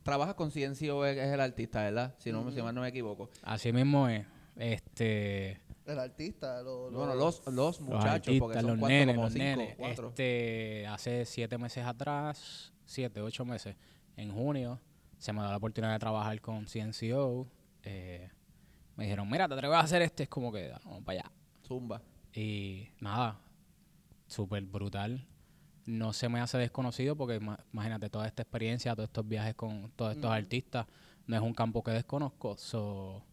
trabajas con CNCO E, es, es el artista, ¿verdad? Si, no, si mal no me equivoco.
Así mismo es. Este,
El artista, lo, lo-
Bueno, los, los
los
muchachos, porque
artistas,
son
los
cuatro,
nenes,
como
los
cinco,
nenes.
cuatro.
Este, hace siete meses atrás, siete, ocho meses, en junio, se me dio la oportunidad de trabajar con CNCO. eh, me dijeron, mira, ¿te atreves a hacer este? Es como que, "Dale, vamos para allá.
Zumba.
Y nada, súper brutal. No se me hace desconocido porque ima- imagínate toda esta experiencia, todos estos viajes con todos estos artistas, no es un campo que desconozco. So,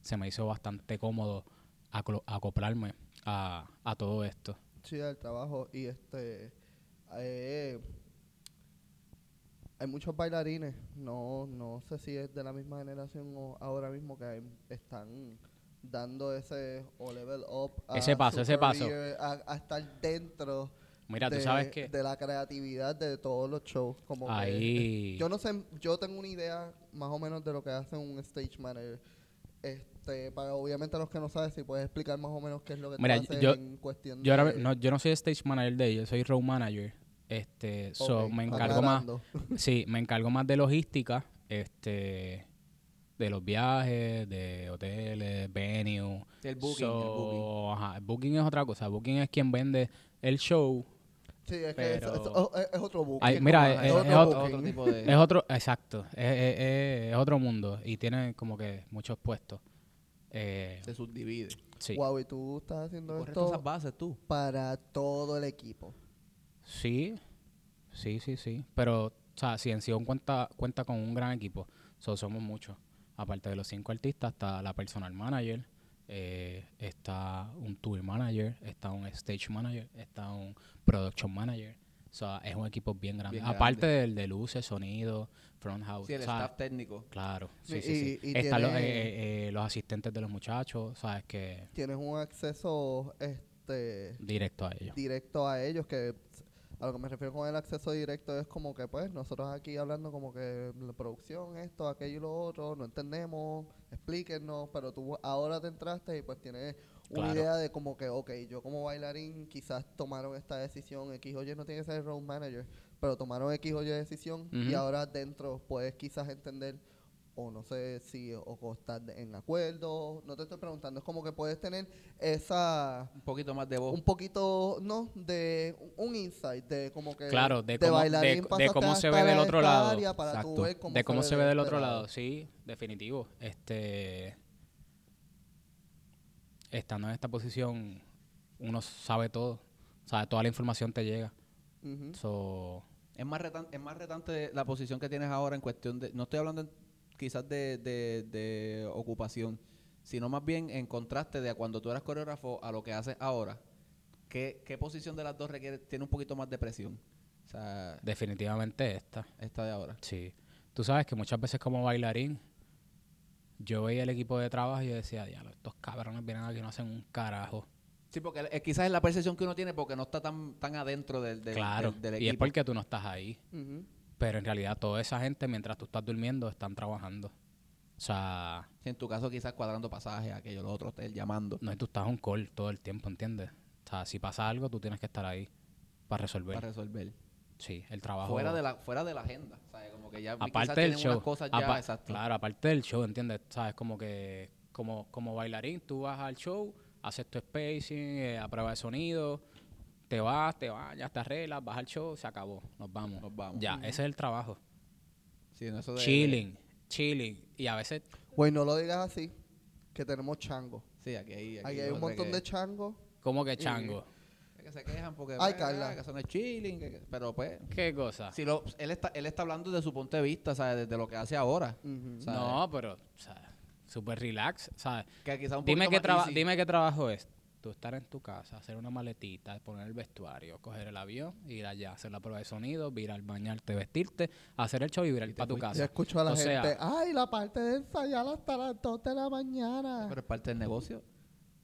se me hizo bastante cómodo aclo- acoplarme a, a todo esto.
Sí, del trabajo. Y este. eh, hay muchos bailarines. No, no sé si es de la misma generación o ahora mismo que hay- están dando ese o level up.
Ese paso,
su
ese paso.
career, A, a estar dentro.
Mira,
de,
tú sabes que
de la creatividad de todos los shows. Como que-
ahí...
yo no sé, yo tengo una idea más o menos de lo que hace un stage manager. Este, para obviamente los que no sabes, si puedes explicar más o menos qué es lo que tú
Mira,
haces
yo-
en cuestión
Yo, ahora,
de-
no, yo no soy stage manager de ellos, soy road manager. Este, so,
Ok,
me encargo más,
aclarando.
Sí, me encargo más de logística, este, de los viajes, de hoteles, venue.
Sí, el booking,
So,
el booking.
ajá, el booking es otra cosa. Booking es quien vende el show.
Sí, es que
Pero-
es, es- o- es- es otro booking.
Ay, mira,
Ajá,
es- es
otro,
booking.
otro tipo de...
Es otro, exacto, es, es- es- es otro mundo y tiene como que muchos puestos. Eh,
se subdivide.
sí.
Wow, y tú estás haciendo
Corres todas esas
esto
bases tú.
para todo el equipo.
Sí, Sí, sí, sí. Pero, o sea, Ciencion cuenta, cuenta con un gran equipo. So, somos muchos. Aparte de los cinco artistas, está la personal manager, eh, está un tour manager, está un stage manager, está un production manager. O sea, es un equipo bien grande.
Bien
Aparte
grande.
del de luces, sonido, front house.
Sí, el
o sea,
staff técnico.
Claro,
Y-
sí, sí, sí.
y- y
Están los,
tiene-
eh, eh, eh, los asistentes de los muchachos, ¿sabes? Que
Tienes un acceso este
directo a ellos.
directo a ellos que a lo que me refiero con el acceso directo es como que pues nosotros aquí hablando como que la producción esto aquello y lo otro no entendemos explíquenos pero tú ahora te entraste y pues tienes una
Claro.
idea de como que ok yo como bailarín quizás tomaron esta decisión X oye no tiene que ser road manager pero tomaron X o Y decisión y
Ujú.
ahora dentro puedes quizás entender o no sé si o costar en acuerdo no te estoy preguntando es como que puedes tener esa
Un poquito más de voz.
un poquito, no, de un insight, eh, de como que.
Claro, de cómo- de- de
pasaste
cómo se
hasta
ve del
la
otro
esta
lado.
área para tú
Exacto.
ver cómo
de cómo se ve
de
del
este
otro lado, sí, definitivo. Este, estando en esta posición, uno sabe todo. O sea, toda la información te llega.
Ujú.
So,
Es más, retan- es más retante la posición que tienes ahora en cuestión de. No estoy hablando en- quizás de, de- de ocupación, sino más bien en contraste de a cuando tú eras coreógrafo a lo que haces ahora. ¿Qué, qué posición de las dos requiere, tiene un poquito más de presión? O sea,
definitivamente esta.
esta de ahora.
Sí. Tú sabes que muchas veces como bailarín, yo veía el equipo de trabajo y yo decía, diablo, estos cabrones vienen aquí y no hacen un carajo.
Sí, porque eh, quizás es la percepción que uno tiene porque no está tan, tan adentro del, del-
claro.
del- del
y es
equipo.
porque tú no estás ahí.
Ujú.
Pero en realidad toda esa gente, mientras tú estás durmiendo, están trabajando. O sea,
En tu caso, quizás cuadrando pasajes, aquello, lo otro, el llamando
no es tú estás un call todo el tiempo, ¿entiendes? O sea, si pasa algo, tú tienes que estar ahí para resolver.
para resolver.
sí, el pues, trabajo.
Fuera de la fuera de la agenda, ¿sabes? Como que ya quizás
aparte del
tienen
show.
unas cosas ya,
apa-
exacto.
Claro, aparte del show, ¿entiendes? Sabes, como que como, como bailarín, tú vas al show, haces tu spacing, eh, a prueba de sonido, te vas, te vas, ya te arreglas, vas al show, se acabó, nos vamos.
Nos vamos.
Ya, ese es el trabajo.
Sí, no, eso de-
Chilling, chilling. Y a veces
Güey, no lo digas así, que tenemos chango.
Sí, aquí hay,
Aquí hay un montón de changos.
Como que chango.
que se quejan porque
Ay,
ah,
Carla.
que son el chilling, que- que- pero pues
¿Qué cosa?
si lo, él está él está hablando de su punto de vista, ¿sabes? Desde lo que hace ahora.
Ujú.
¿sabes?
Mm. No, pero, o sea, súper relax, ¿sabes?
Que quizás un
Dime
poquito
qué,
más
traba-
easy.
dime qué trabajo es. Tú estar en tu casa, hacer una maletita, poner el vestuario, coger el avión, ir allá, hacer la prueba de sonido, virar, bañarte, vestirte, hacer el show y virar para tu
fuiste.
casa.
Yo escucho a la
O sea,
gente, ay, la parte de ensayar hasta las 2 de la mañana.
Pero es parte del negocio.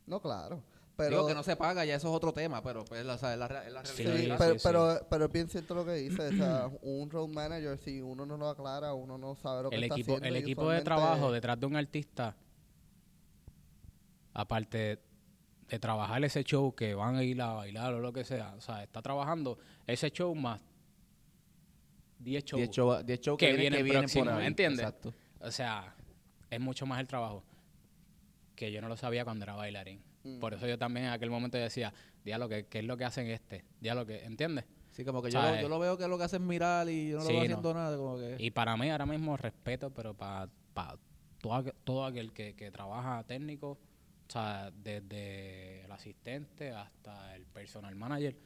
no, claro.
Digo
Pero,
que no se paga, ya eso es otro tema, pero pues la, ¿sabes? la, rea- es la
Sí,
Sí,
realidad.
pero,
sí.
pero, pero es bien cierto lo que dice. o sea, un road manager, si uno no lo aclara, uno no sabe lo que
el
está
equipo,
haciendo.
el
y
equipo de
usualmente-
trabajo detrás de un artista, aparte de trabajar ese show que van a ir a bailar o lo que sea, o sea, está trabajando ese show más 10 shows.
10 shows diez shows que,
que
vienen, que vienen
vienen
por
próximos,
ahí.
¿entiendes?
Exacto.
O sea, es mucho más el trabajo que yo no lo sabía cuando era bailarín.
Mm.
Por eso yo también en aquel momento decía, diablo, ¿qué, qué es lo que hacen este? Diablo, que ¿entiendes?
Sí, como que yo, lo-
¿Sabes?
yo lo veo que lo que hace es mirar y yo no lo
Sí,
veo
no.
haciendo nada. Como que...
Y para mí ahora mismo respeto, pero para, para todo, aqu- todo aquel que, que trabaja técnico, o sea, desde el asistente hasta el personal manager,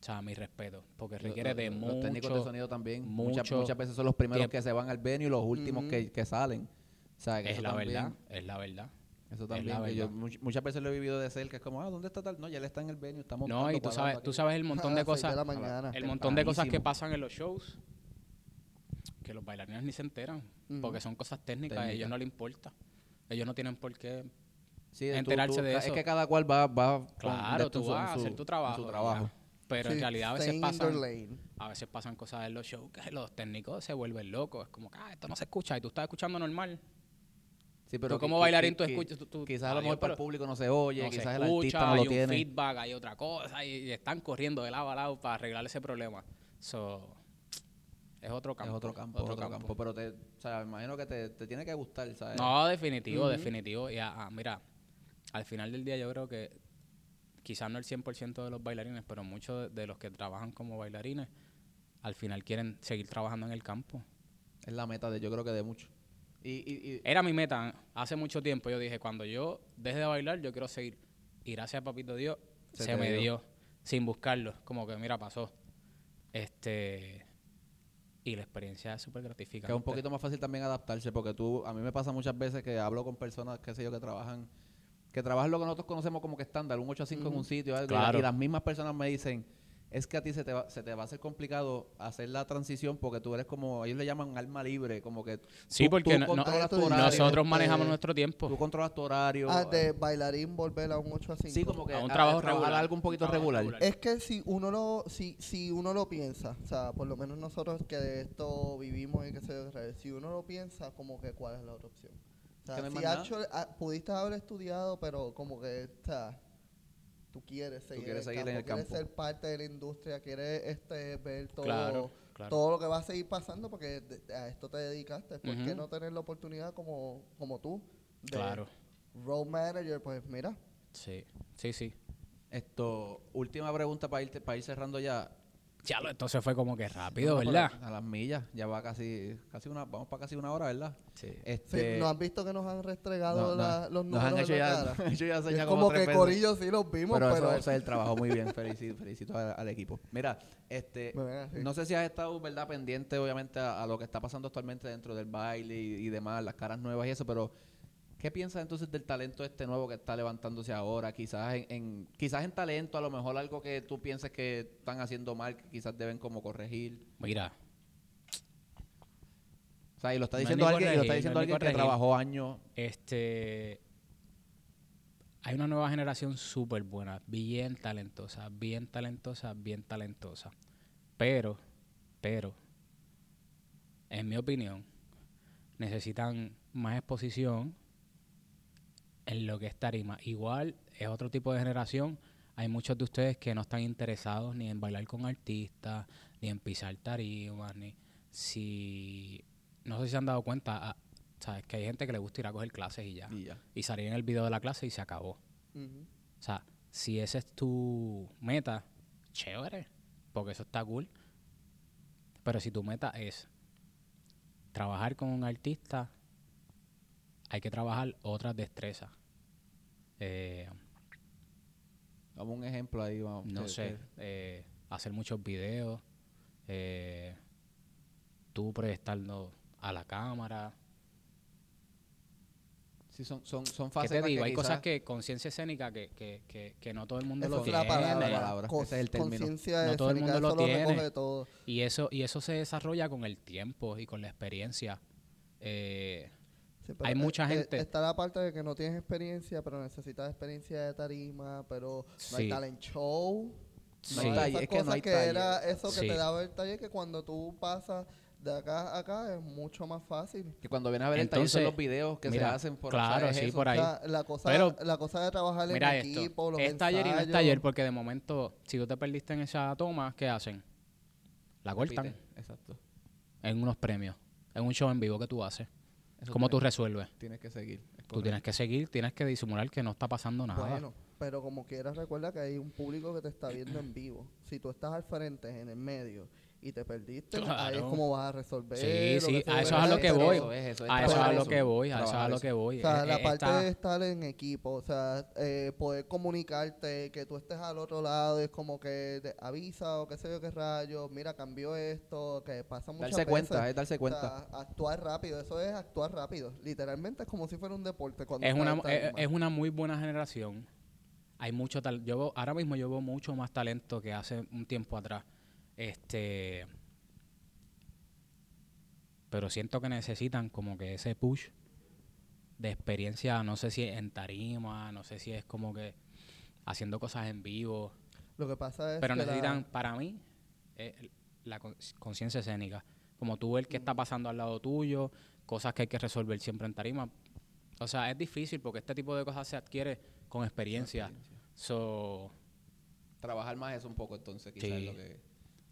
o sea, mi respeto, porque
Lo-
requiere
lo-
de
los
mucho...
técnicos de sonido también. muchas,
mucho
muchas veces son los primeros
tiempo.
que se van al venio y los últimos que, que salen. O sea, que
Es
eso
la
también-
verdad, es la verdad.
Eso
Es
también.
la
que yo
verdad.
much- muchas veces lo he vivido de cerca. Es como, ah, ¿dónde está tal? No, ya él está en el venio. Estamos
No, y tú sabes, tú sabes el montón
a
de
las seis
cosas...
la mañana.
el montón de cosas que
Tempranísimo.
pasan en los shows que los bailarines ni se enteran porque son cosas técnicas a
Técnicas.
ellos no les importa ellos no tienen por qué
Sí, tú-
enterarse
tú-
de
Es
eso.
que cada cual va. va con- de esto
claro
en su-
tú
en
vas a
su-
hacer tu
en
trabajo,
Su trabajo.
ya. pero
Sí,
en realidad a veces
staying in their
pasan
lane.
a veces pasan cosas en los shows que los técnicos se vuelven locos es como que ah, esto no se escucha y tú estás escuchando normal
Sí, pero
Tú
que-
como
que-
bailarín, tú
que-
escuchas- tú- tú-
Quizás a lo
adiós,
mejor para el
pero-
público no se oye.
no se
Quizás el
escucha
artista no
hay
lo
un
tiene.
feedback hay otra cosa y, y están corriendo de lado a lado para arreglar ese problema so, es otro campo
Es otro campo, otro campo. Pero te, o sea, me imagino que te, te tiene que gustar, ¿sabes?
No, definitivo, definitivo. Y a- a- mira, al final del día yo creo que quizás no el 100% de los bailarines, pero muchos de, de los que trabajan como bailarines, al final quieren seguir trabajando en el campo.
Es la meta de, yo creo que de mucho. Y, y, y-
Era mi meta ¿eh? hace mucho tiempo. Yo dije, cuando yo deje de bailar, yo quiero seguir. Y gracias a Papito Dios,
Se
se,
te
me
dio.
dio. sin buscarlo. Como que, mira, pasó. Este, y la experiencia es súper gratificante.
Que es un poquito más fácil también adaptarse, porque tú, a mí me pasa muchas veces que hablo con personas, qué sé yo, que trabajan, que trabajan lo que nosotros conocemos como que estándar, un 8 a 5 en un sitio, algo, y la-
Claro.
y las mismas personas me dicen, es que a ti se te, va, se te va a hacer complicado hacer la transición porque tú eres como, ellos le llaman alma libre, como que
Sí,
tú-
porque
tú
no- no-
controlas tu
Esto es-
horario,
Nosotros
este,
manejamos nuestro
tú
tiempo.
controlas tu horario. eh,
Ah, de bailarín volver a un 8 a 5.
Sí, como que
A un
a-
trabajo
a trabajar
regular.
algo un poquito
Un trabajo
regular.
regular.
Es que si uno lo, si, si uno lo piensa, o sea, por lo menos nosotros que de esto vivimos y que se si uno lo piensa, como que cuál es la otra opción. O sea,
Que no hay
si
más nada.
actual- ah, pudiste haber estudiado, pero como que, o sea, tú quieres seguir,
quieres seguir en el campo.
quieres ser parte de la industria, quieres este, ver todo,
Claro, claro.
todo lo que va a seguir pasando porque de- a esto te dedicaste. ¿Por qué
Ujú.
no tener la oportunidad como, como tú? de
Claro.
Road manager, pues mira,
Sí, sí, sí.
Esto, última pregunta para ir, para ir cerrando ya.
Chalo, entonces fue como que rápido,
Vamos
¿verdad?
para- A las millas, ya va casi, casi una, vamos para casi una hora, ¿verdad?
Sí.
Sí,
Este,
¿no has visto que nos han restregado
no, no,
la- los
nos
números
han hecho
en la
ya,
cara?
nos han hecho ya
Es
señas
como,
tres
que
veces.
Corillo sí los vimos,
Pero
pero,
eso, eso es el trabajo, muy bien, felicito, felicito al, al equipo. Mira, este,
Me ven así.
no sé si has estado, ¿verdad?, pendiente, obviamente, a, a lo que está pasando actualmente dentro del baile y, y demás, las caras nuevas y eso, pero ¿qué piensas entonces del talento este nuevo que está levantándose ahora? Quizás en, en- quizás en talento, a lo mejor algo que tú pienses que están haciendo mal, que quizás deben como corregir.
Mira,
O sea, y lo está
No es
diciendo
ni
alguien, y lo está
corregir,
diciendo
no es ni
alguien que
corregir.
trabajó años.
este hay una nueva generación súper buena, bien talentosa, bien talentosa, bien talentosa. Pero, pero, en mi opinión, necesitan más exposición en lo que es tarima. Igual es otro tipo de generación. Hay muchos de ustedes que no están interesados ni en bailar con artistas, ni en pisar tarimas, ni si no sé si se han dado cuenta, ah, sabes que hay gente que le gusta ir a coger clases y ya.
Y ya.
Y salir en el video de la clase y se acabó.
Ujú.
O sea, si esa es tu meta, chévere, porque eso está cool. Pero si tu meta es trabajar con un artista, hay que trabajar otras destrezas. Eh,
Dame un ejemplo ahí, vamos.
no
que-
sé, eh, hacer muchos videos, eh, tú proyectarlo a la cámara.
que- sí, son, son, son
¿Qué
facetas
te digo?
que
Hay
quizás-
cosas que conciencia escénica que, que, que, que no todo el mundo
Esa
lo
es
tiene.
la palabra.
la palabra,
Cos-
ese es el término.
Conciencia
No todo el
escénica,
mundo lo
eso
tiene.
recoge todo.
Y eso, y eso se desarrolla con el tiempo y con la experiencia. Eh,
Sí, pero eh,
Hay mucha gente-
Está la parte de que no tienes experiencia, pero necesitas experiencia de tarima, pero no
Sí.
hay talent show.
No
sí.
hay taller,
esas
es que no
cosas
hay
que
taller.
era eso que
Sí.
te daba el taller, que cuando tú pasas de acá a acá es mucho más fácil.
Que cuando vienes a ver el taller son los
Entonces,
videos que se
mira,
hacen por
claro,
¿sabes
sí,
eso?
por
O
ahí.
sea, la cosa,
Pero-
la cosa de trabajar en
Mira esto.
equipo, los
es taller y no es
ensayos.
taller porque de momento, si tú te perdiste en esa toma, ¿qué hacen? La
Repite,
cortan
Exacto.
en unos premios, en un show en vivo que tú haces.
Eso
¿Cómo tú
tienes-
resuelves?
Tienes que seguir. es
Tú
correcto.
tienes que seguir, tienes que disimular que no está pasando nada.
Bueno, pero como quieras, recuerda que hay un público que te está viendo en vivo. Si tú estás al frente, en el medio, y te perdiste, ahí es
Claro.
como vas a resolver.
Sí,
lo
sí,
que sea,
a
pero
eso es a lo
es-
que
pero-
voy.
eso es, eso es
A eso es a
trabajar
lo
eso,
que voy, a eso es a
trabajar
lo
eso.
que voy.
O sea,
Eh,
la
eh,
parte
está-
de estar en equipo, o sea, eh, poder comunicarte, que tú estés al otro lado, es como que te avisa o qué sé yo qué rayos, mira, cambió esto, que pasa muchas
Darse cuenta,
veces.
es darse
O
cuenta.
sea, actuar rápido, eso es actuar rápido. Literalmente es como si fuera un deporte. Cuando
es
estás
una,
en
es,
tarima.
es una muy buena generación. Hay mucho tal, yo veo- ahora mismo yo veo mucho más talento que hace un tiempo atrás. Este pero siento que necesitan como que ese push de experiencia, no sé si es en tarima, no sé si es como que haciendo cosas en vivo,
Lo que pasa es
pero
que la-
necesitan para mí eh, la con- conciencia escénica, como tú ver qué está pasando al lado tuyo, cosas que hay que resolver siempre en tarima. O sea, es difícil porque este tipo de cosas se adquiere con experiencia. So,
Trabajar más eso un poco, entonces, quizás
Sí.
es lo que.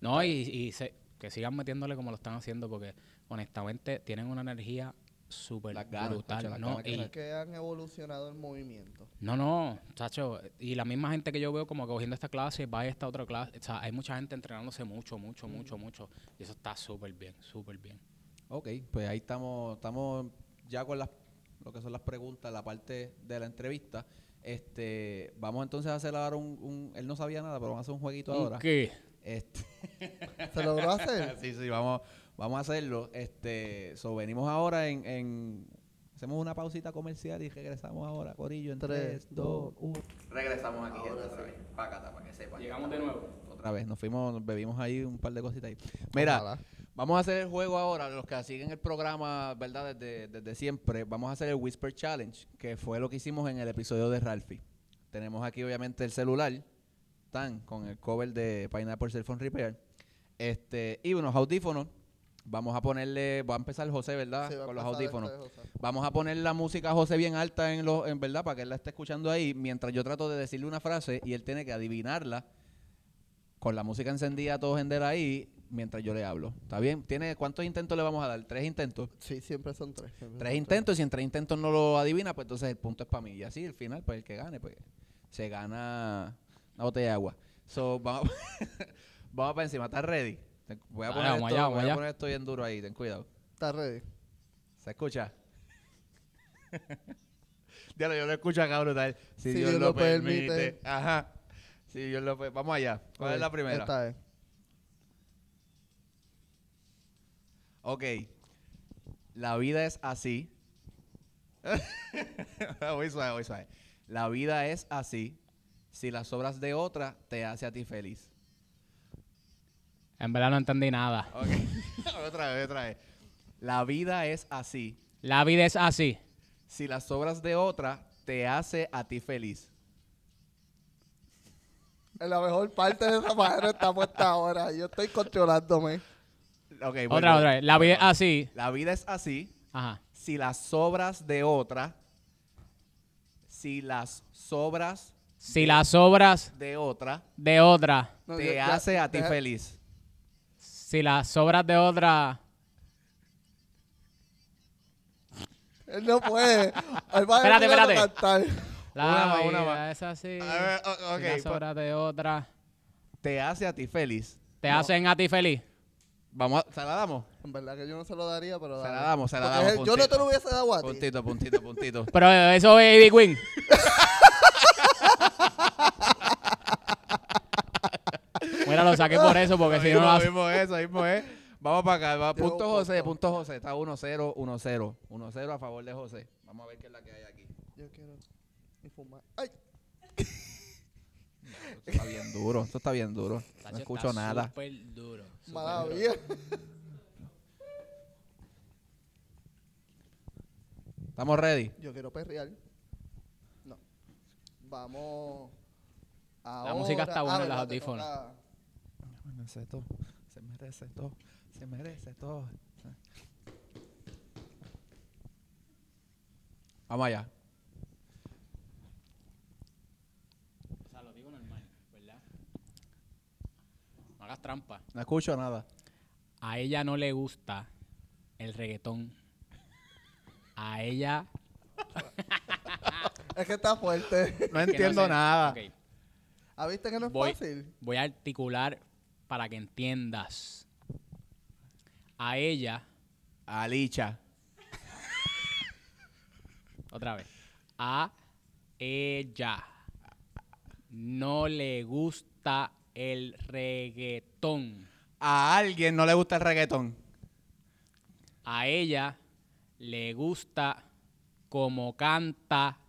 no, y, y se- que sigan metiéndole como lo están haciendo porque honestamente tienen una energía súper
Las ganas, chacho,
brutal.
las
¿no?
ganas que
Y-
le-
es que han evolucionado el movimiento.
No, no, chacho. Y la misma gente que yo veo como cogiendo esta clase, va a esta otra clase. O sea, hay mucha gente entrenándose mucho, mucho, mucho,
Mm.
mucho. Y eso está súper bien, súper bien.
Ok, pues ahí estamos, estamos ya con las, lo que son las preguntas, la parte de la entrevista. Este, vamos entonces a hacer ahora un, un- él no sabía nada, pero vamos a hacer un jueguito ahora.
¿Qué?
Este,
¿Se logró hacer?
sí, sí, vamos, vamos a hacerlo. Este, so, venimos ahora en, en- Hacemos una pausita comercial y regresamos ahora, Corillo, en
Tres,
3, 2, 1.
Regresamos aquí,
Ahora
gente, otra
sí.
vez. Pácata, para que sepan.
Llegamos de nuevo.
Otra vez, nos fuimos, nos bebimos ahí un par de cositas ahí. Mira,
Ojalá.
Vamos a hacer el juego ahora, los que siguen el programa, ¿verdad? Desde, desde siempre, vamos a hacer el Whisper Challenge, que fue lo que hicimos en el episodio de Ralphie. Tenemos aquí obviamente el celular, tan con el cover de Pineapple Cell Phone Repair, este, y unos audífonos. Vamos a ponerle, va a empezar José, ¿verdad?
Ah,
Sí, va a
con los
pasar
audífonos.
este, José.
Vamos a poner la música a José bien alta en los, en verdad, para que él la esté escuchando ahí, mientras yo trato de decirle una frase y él tiene que adivinarla con la música encendida todo gender ahí, mientras yo le hablo. ¿Está bien? ¿Tiene, ¿Cuántos intentos le vamos a dar? ¿Tres intentos?
Sí, siempre son tres. siempre
Tres
son
intentos, y si en tres intentos no lo adivina, pues entonces el punto es para mí. Y así, el final, pues el que gane, pues se gana una botella de agua. So, vamos, vamos para encima, ¿estás ready? Te- Voy a
Dale,
poner,
vamos
esto,
allá,
voy
vamos
a
allá.
poner esto bien duro ahí, ten cuidado.
¿Estás ready?
¿Se escucha? Diablo, yo lo escucho acá, brutal. Si,
Si
Dios,
Dios
lo
lo
permite.
permite.
Ajá. Si Dios lo per- Vamos allá. ¿Cuál es
Ok,
la primera?
Esta es.
Ok. La vida es así. voy suave, voy suave. La vida es así. Si las obras de otra te hace a ti feliz.
En verdad no entendí nada.
Ok. otra vez, otra vez. La vida es así.
La vida es así.
Si las obras de otra te hace a ti feliz.
En la mejor parte de esa manera está puesta ahora. Yo estoy controlándome.
Ok,
otra,
vuelvo.
otra vez. La vida es así.
La vida es así.
Ajá.
si las obras de otra, si las sobras
Si las obras
de otra
de otra,
No,
te
yo- ya-
hace a ti
deja-
feliz.
si las obras de otra,
Él no puede. Él va a
Espérate,
dejar de
espérate.
cantar.
la
Una más,
vida
una más.
es así.
A ver, o- ok,
si las
pa-
obras de otra
Te hace a ti feliz.
te hacen a ti feliz.
Vamos, a- ¿se la damos?
En verdad que yo no se lo daría, pero
Se
dale.
la damos, se la
Porque
damos,
es el- Yo no
puntito.
te lo hubiese dado a ti.
Puntito, puntito, puntito.
Pero eso es Eddie Queen. Mira, lo saqué por eso, porque si no lo
Ahí
hace.
mismo es, ahí mismo es. Vamos para acá. va.
Llevo
Punto
un
José,
punto.
punto José. Está 1-0, 1-0. 1-0 a favor de José. Vamos a ver qué es la que hay aquí.
Yo quiero y fumar. Ay,
Esto está bien duro, esto está bien duro. No escucho nada.
mala vida.
¿Estamos ready?
Yo quiero perrear. No. Vamos.
La música está
ahora. Ah,
buena en los
verdad, te
audífonos.
toca.
Me merece todo. Se merece todo. Se merece todo. Vamos allá.
O sea, lo digo normal, ¿verdad? No hagas trampa.
No escucho nada.
A ella no le gusta el reggaetón. A ella.
Es que está fuerte.
No
que
entiendo
sé-
nada.
Ok,
¿Ah, viste que no es
Voy.
fácil?
Voy a articular para que entiendas. A ella.
Alicha.
Otra vez. A ella no le gusta el reggaetón.
A alguien no le gusta el reggaetón.
A ella le gusta como canta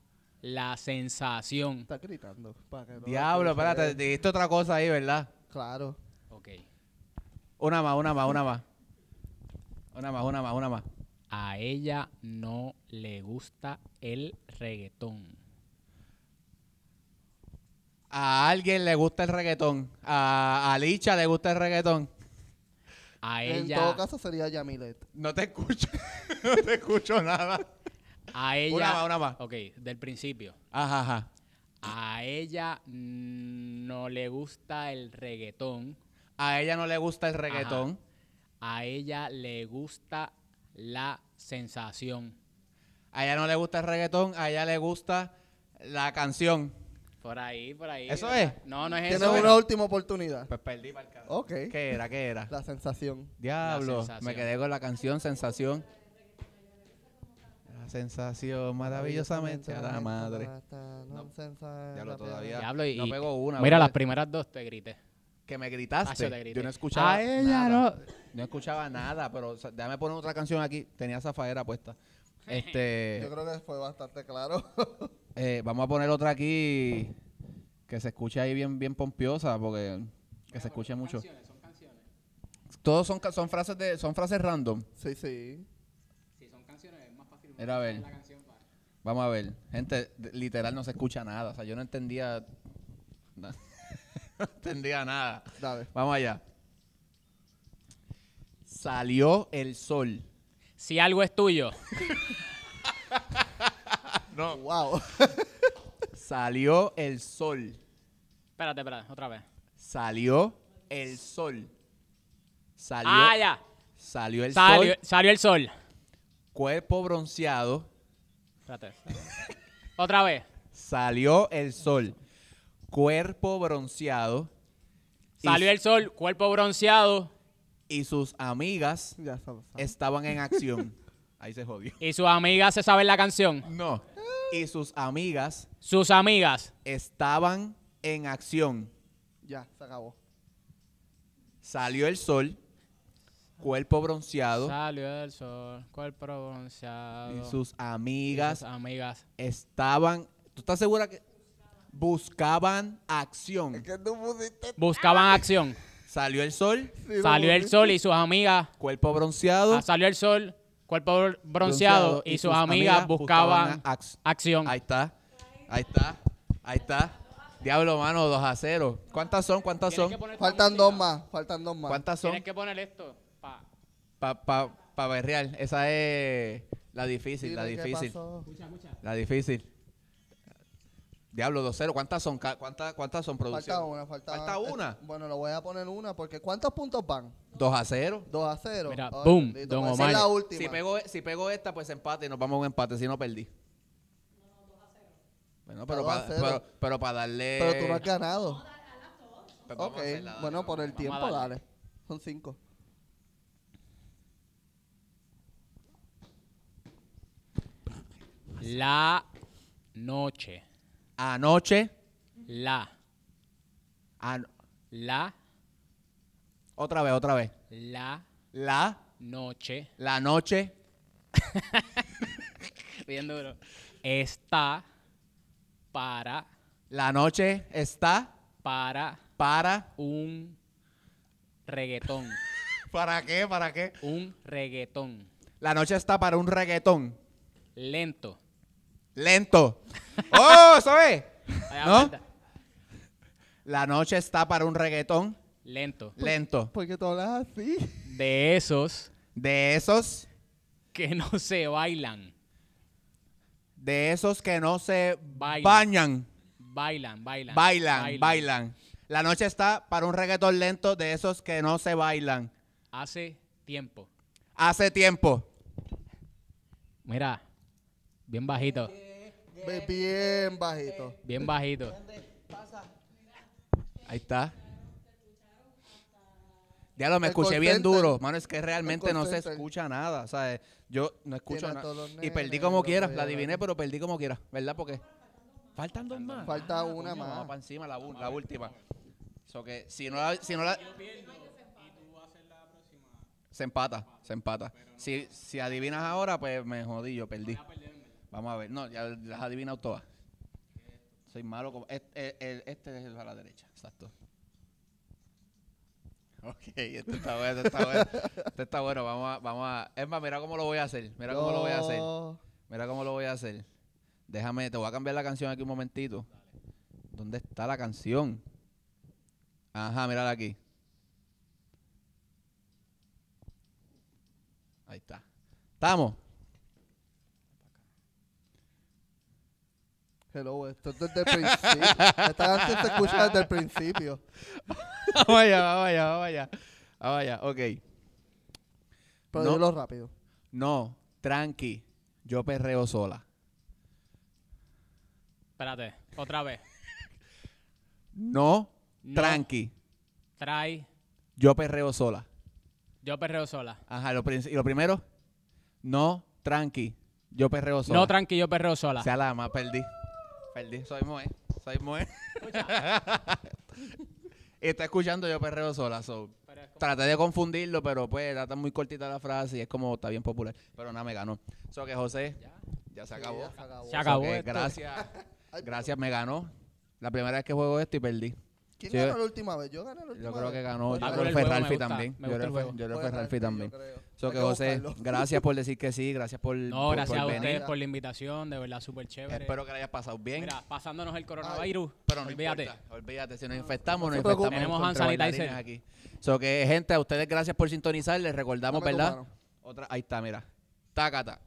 la sensación.
Está gritando. para que no lo
Diablo,
escuche.
espérate, dijiste otra cosa ahí, ¿verdad?
Claro.
Ok.
Una más, una más, una más. Una más, una más, una más.
A ella no le gusta el reggaetón.
A alguien le gusta el reggaetón. A Alicha le gusta el reggaetón.
A
En
ella,
todo caso sería Yamilet.
No te escucho. no te escucho nada.
a ella.
Una más, una más.
Ok, del principio.
Ajá, ajá.
A ella mm, no le gusta el reggaetón.
A ella no le gusta el reggaetón.
A ella le gusta la sensación.
A ella no le gusta el reggaetón, a ella le gusta la canción.
Por ahí, por ahí.
¿Eso
¿verdad?
es?
No, no es
Tienes
eso.
una
pero-
última oportunidad.
Pues perdí para el cabrón.
Ok.
¿Qué era? ¿Qué era?
La sensación.
Diablo,
La
me
sensación.
quedé con la canción Sensación. La sensación maravillosamente a la madre.
No,
Diablo,
sensación.
todavía.
Diablo, y-
no pego una.
Mira,
brother.
las primeras dos te grité.
que me gritaste.
Tacho, te grité.
yo no escuchaba
A ella
nada.
no.
No escuchaba nada, pero o sea, déjame poner otra canción aquí. Tenía Zafaera puesta. Este,
Yo creo que fue bastante claro.
eh, vamos a poner otra aquí que se escuche ahí bien, bien pompiosa, porque que se escuche mucho.
Canciones, son canciones.
Todos son, ca- son frases de, son frases random.
sí, sí.
Si son canciones es más fácil.
Era a ver.
poner La canción para...
Vamos a ver, gente, de- literal no se escucha nada. O sea, yo no entendía, na- no entendía nada.
Dale.
Vamos allá. Salió el sol.
Si algo es tuyo,
Wow.
Salió el sol.
espérate, espérate, otra vez.
Salió el sol. Salió,
Ah, ya.
salió el
Salió,
sol.
salió el sol.
Cuerpo bronceado.
Espérate. otra vez.
Salió el sol. Cuerpo bronceado. y-
Salió el sol, cuerpo bronceado
Y sus amigas
ya sabes.
estaban en acción. Ahí se jodió.
y sus amigas se saben la canción.
No. Y sus amigas
Sus amigas.
estaban en acción.
Ya, se acabó.
Salió el sol. Cuerpo bronceado.
Salió el sol, cuerpo
Y
bronceado.
sus
y sus
amigas
amigas.
estaban. ¿Tú estás segura que buscaban
Es
acción?
que tú pusiste.
Buscaban acción.
Salió el sol,
sí,
Salió
lo
el sol y sus amigas.
cuerpo bronceado.
ah, salió el sol, cuerpo bronceado, y sus, amigas, buscaban
ac-
acción.
Ahí está. Ahí está. Ahí está. Diablo, mano, 2 a 0. ¿Cuántas son? ¿Cuántas
Tienes
son?
que poner esta
Faltan
música.
dos más. Faltan dos más.
¿Cuántas son?
Tienes que poner esto. pa.
Para pa, pa berrear. Esa es la difícil, la
Dime qué
difícil.
pasó.
La difícil. Diablo, 2 0. ¿Cuántas son? Ca- ¿Cuántas, cuántas son
Falta
producción?
una, falta,
Falta una.
Eh, bueno, lo voy a poner una porque ¿cuántos puntos van?
2 a 0.
2 a 0.
Mira, boom, Don Omar.
pues, Es la última.
Si pego, si pego esta, pues empate y nos vamos a un empate. Si no, perdí. Bueno, pero
Dos a
para
cero.
pero, pero pa darle.
Pero tú no has ganado.
pues vamos
Ok,
a hacerla, dale,
bueno,
vamos.
por el
Vamos a
tiempo,
darle.
dale. Son 5.
La noche.
Anoche.
La.
an-
La.
otra vez, otra vez.
La
La,
noche.
la noche
Bien duro. Está para.
La noche está
Para
para.
un reggaetón.
¿Para qué? ¿Para qué?
Un reggaetón.
La noche está para un reggaetón.
Lento.
Lento. ¡Oh, ¿sabes?
Ahí
¿No?
aguanta.
La noche está para un reggaetón
Lento.
lento.
Porque tú hablas así.
De esos
De esos,
que no se bailan.
de esos que no se
Bailan.
bañan,
Bailan, bailan.
bailan, bailan. La noche está para un reggaetón lento de esos que no se bailan.
Hace tiempo.
Hace tiempo.
Mira, bien bajito,
Ve Bien bajito.
bien bajito.
Ahí está. Diablo, me
El
escuché
call
bien
center.
duro. Mano, es que realmente
call
no se
center.
escucha nada. O sea, eh, yo no escucho
Tiene a
nada.
todos los
Y perdí
nenes,
como
los
quiera.
voy a
La
dar.
adiviné, pero perdí como quiera. ¿Verdad? Porque faltan dos más.
Falta una
Ah, coño,
más.
Vamos para encima, la, bu- la última. So que si no la... Si no la se empata, se empata. Si, si adivinas ahora, pues me jodí, yo perdí. Vamos a ver. No, ya las has adivinado todas. Soy malo como... Este, el- este es el a la derecha, exacto. Ok, este está bueno, este está bueno. Este está bueno, vamos a... Vamos a es más, mira cómo lo voy a hacer. Mira cómo lo voy a hacer.
Yo-
Mira cómo lo voy a hacer. Déjame, te voy a cambiar la canción aquí un momentito. ¿Dónde está la canción? Ajá, mírala aquí. Ahí está. ¿Estamos?
Hello, esto es desde el principio. Esta canción se escucha desde el principio.
vamos allá, vamos allá, vamos allá. Vamos allá, ok.
Pero
No.
dilo rápido.
No, tranqui. Yo perreo sola.
Espérate, otra vez.
No,
No.
tranqui.
Trae,
Yo perreo sola.
yo perreo sola.
Ajá, lo prin- y lo primero. No, tranqui. Yo perreo sola.
No, tranquilo, perreo sola.
Sea la más, perdí. Perdí, soy Moe. Soy Moe. Y está escuchando yo perreo sola. So. Traté de confundirlo, pero pues era tan muy cortita la frase y es como está bien popular. Pero nada, me ganó. So que José, ya, se acabó.
Sí, ya se acabó.
Se acabó
So que
esto.
gracias, gracias, me ganó. La primera vez que juego esto y perdí.
¿Quién
Sí,
ganó
yo-
la última vez? Yo gané la última
Yo creo que
vez.
ganó. Yo
Ah,
creo que
pero el
fue
juego me
Ralfi
gusta,
también.
me
Yo
gusta
creo
el
que-
juego.
yo creo que
Fue
fue Ralfi
Ralfi, yo
también.
creo.
So
Hay
que
que
José,
buscarlo.
gracias por decir que sí, gracias por,
No,
por-
gracias a
por
ustedes
venir.
por la invitación, de verdad, súper chévere.
Espero que la hayas pasado bien.
Mira, pasándonos el coronavirus,
Pero no
olvídate.
importa, olvídate, si nos infectamos,
no
nos
se preocupe.
infectamos
Tenemos hand
contra
sanitizer.
bailarines aquí. So que, gente, a ustedes gracias por sintonizar, les recordamos,
Dame tu
¿verdad?
mano.
Otra, ahí está, mira. Tácata.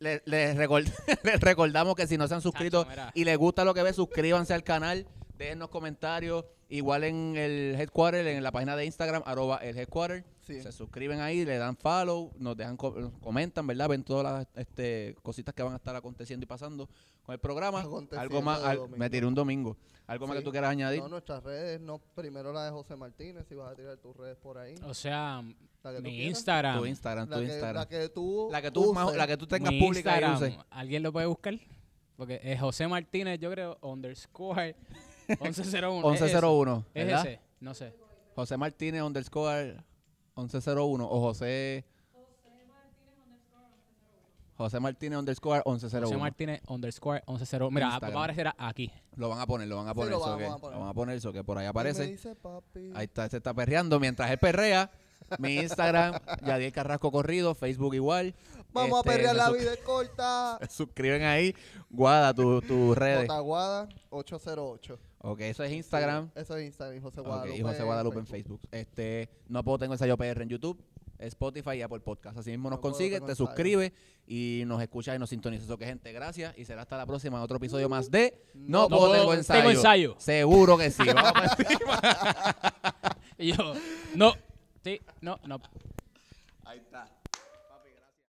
Le- Les, record- les recordamos que si no se han suscrito
Chacho, mira.
y les gusta lo que ven, suscríbanse al canal, déjennos comentarios, igual en el headquarter, en la página de Instagram, arroba el headquarter.
Sí.
Se suscriben ahí, le dan follow, nos dejan co- nos comentan, ¿verdad? Ven todas las este, cositas que van a estar aconteciendo y pasando con el programa.
Aconteciendo
Algo más,
de
al-
domingo.
me tiré un domingo. ¿Algo más
Sí.
que tú quieras añadir?
No, nuestras redes, no, primero la de José Martínez, si vas a tirar tus redes por ahí.
O sea,
La que tú
mi
quieras.
Instagram.
Tu Instagram,
la,
Ah, tu
que,
Instagram.
la que tú
La que tú, más-
uses.
la que tú
mi
tengas pública y
Instagram,
uses.
¿Alguien lo puede buscar? Porque es José Martínez, yo creo, underscore 1101. ¿Es ese?
1101,
¿Es
¿verdad?
ese? No sé.
José Martínez underscore 1101 o José... José Martínez underscore
José
1101.
Martínez underscore 1101. Mira, va a
Instagram.
aparecer aquí.
Lo van a poner, lo van a
Sí,
poner.
lo
so
vamos
que-
a poner.
lo van a poner, so que por ahí
Y me
aparece.
dice, papi,
Ahí está, se está perreando mientras él perrea. Mi Instagram, Yadiel Carrasco Corrido, Facebook igual.
vamos
Este,
a perrear
se
la
sus-
vida es corta.
Suscriben ahí. Guada, tu- tus redes.
Otaguada 808.
Ok, eso es Instagram.
Eso es Instagram, y José
Ok,
Guadalupe.
y José Guadalupe en Facebook. Este, no puedo tengo ensayo PR en YouTube, Spotify y Apple Podcast. Así mismo nos
No Puedo
consigue,
Tengo
te
Ensayo.
suscribes y nos escuchas y nos sintonizas. Eso que gente, gracias. Y será hasta la próxima en otro episodio más de No,
No
puedo,
Puedo
tengo
Tengo
ensayo.
Ensayo.
Seguro que sí. Vamos para
Y yo, no, sí, no, no.
Ahí está.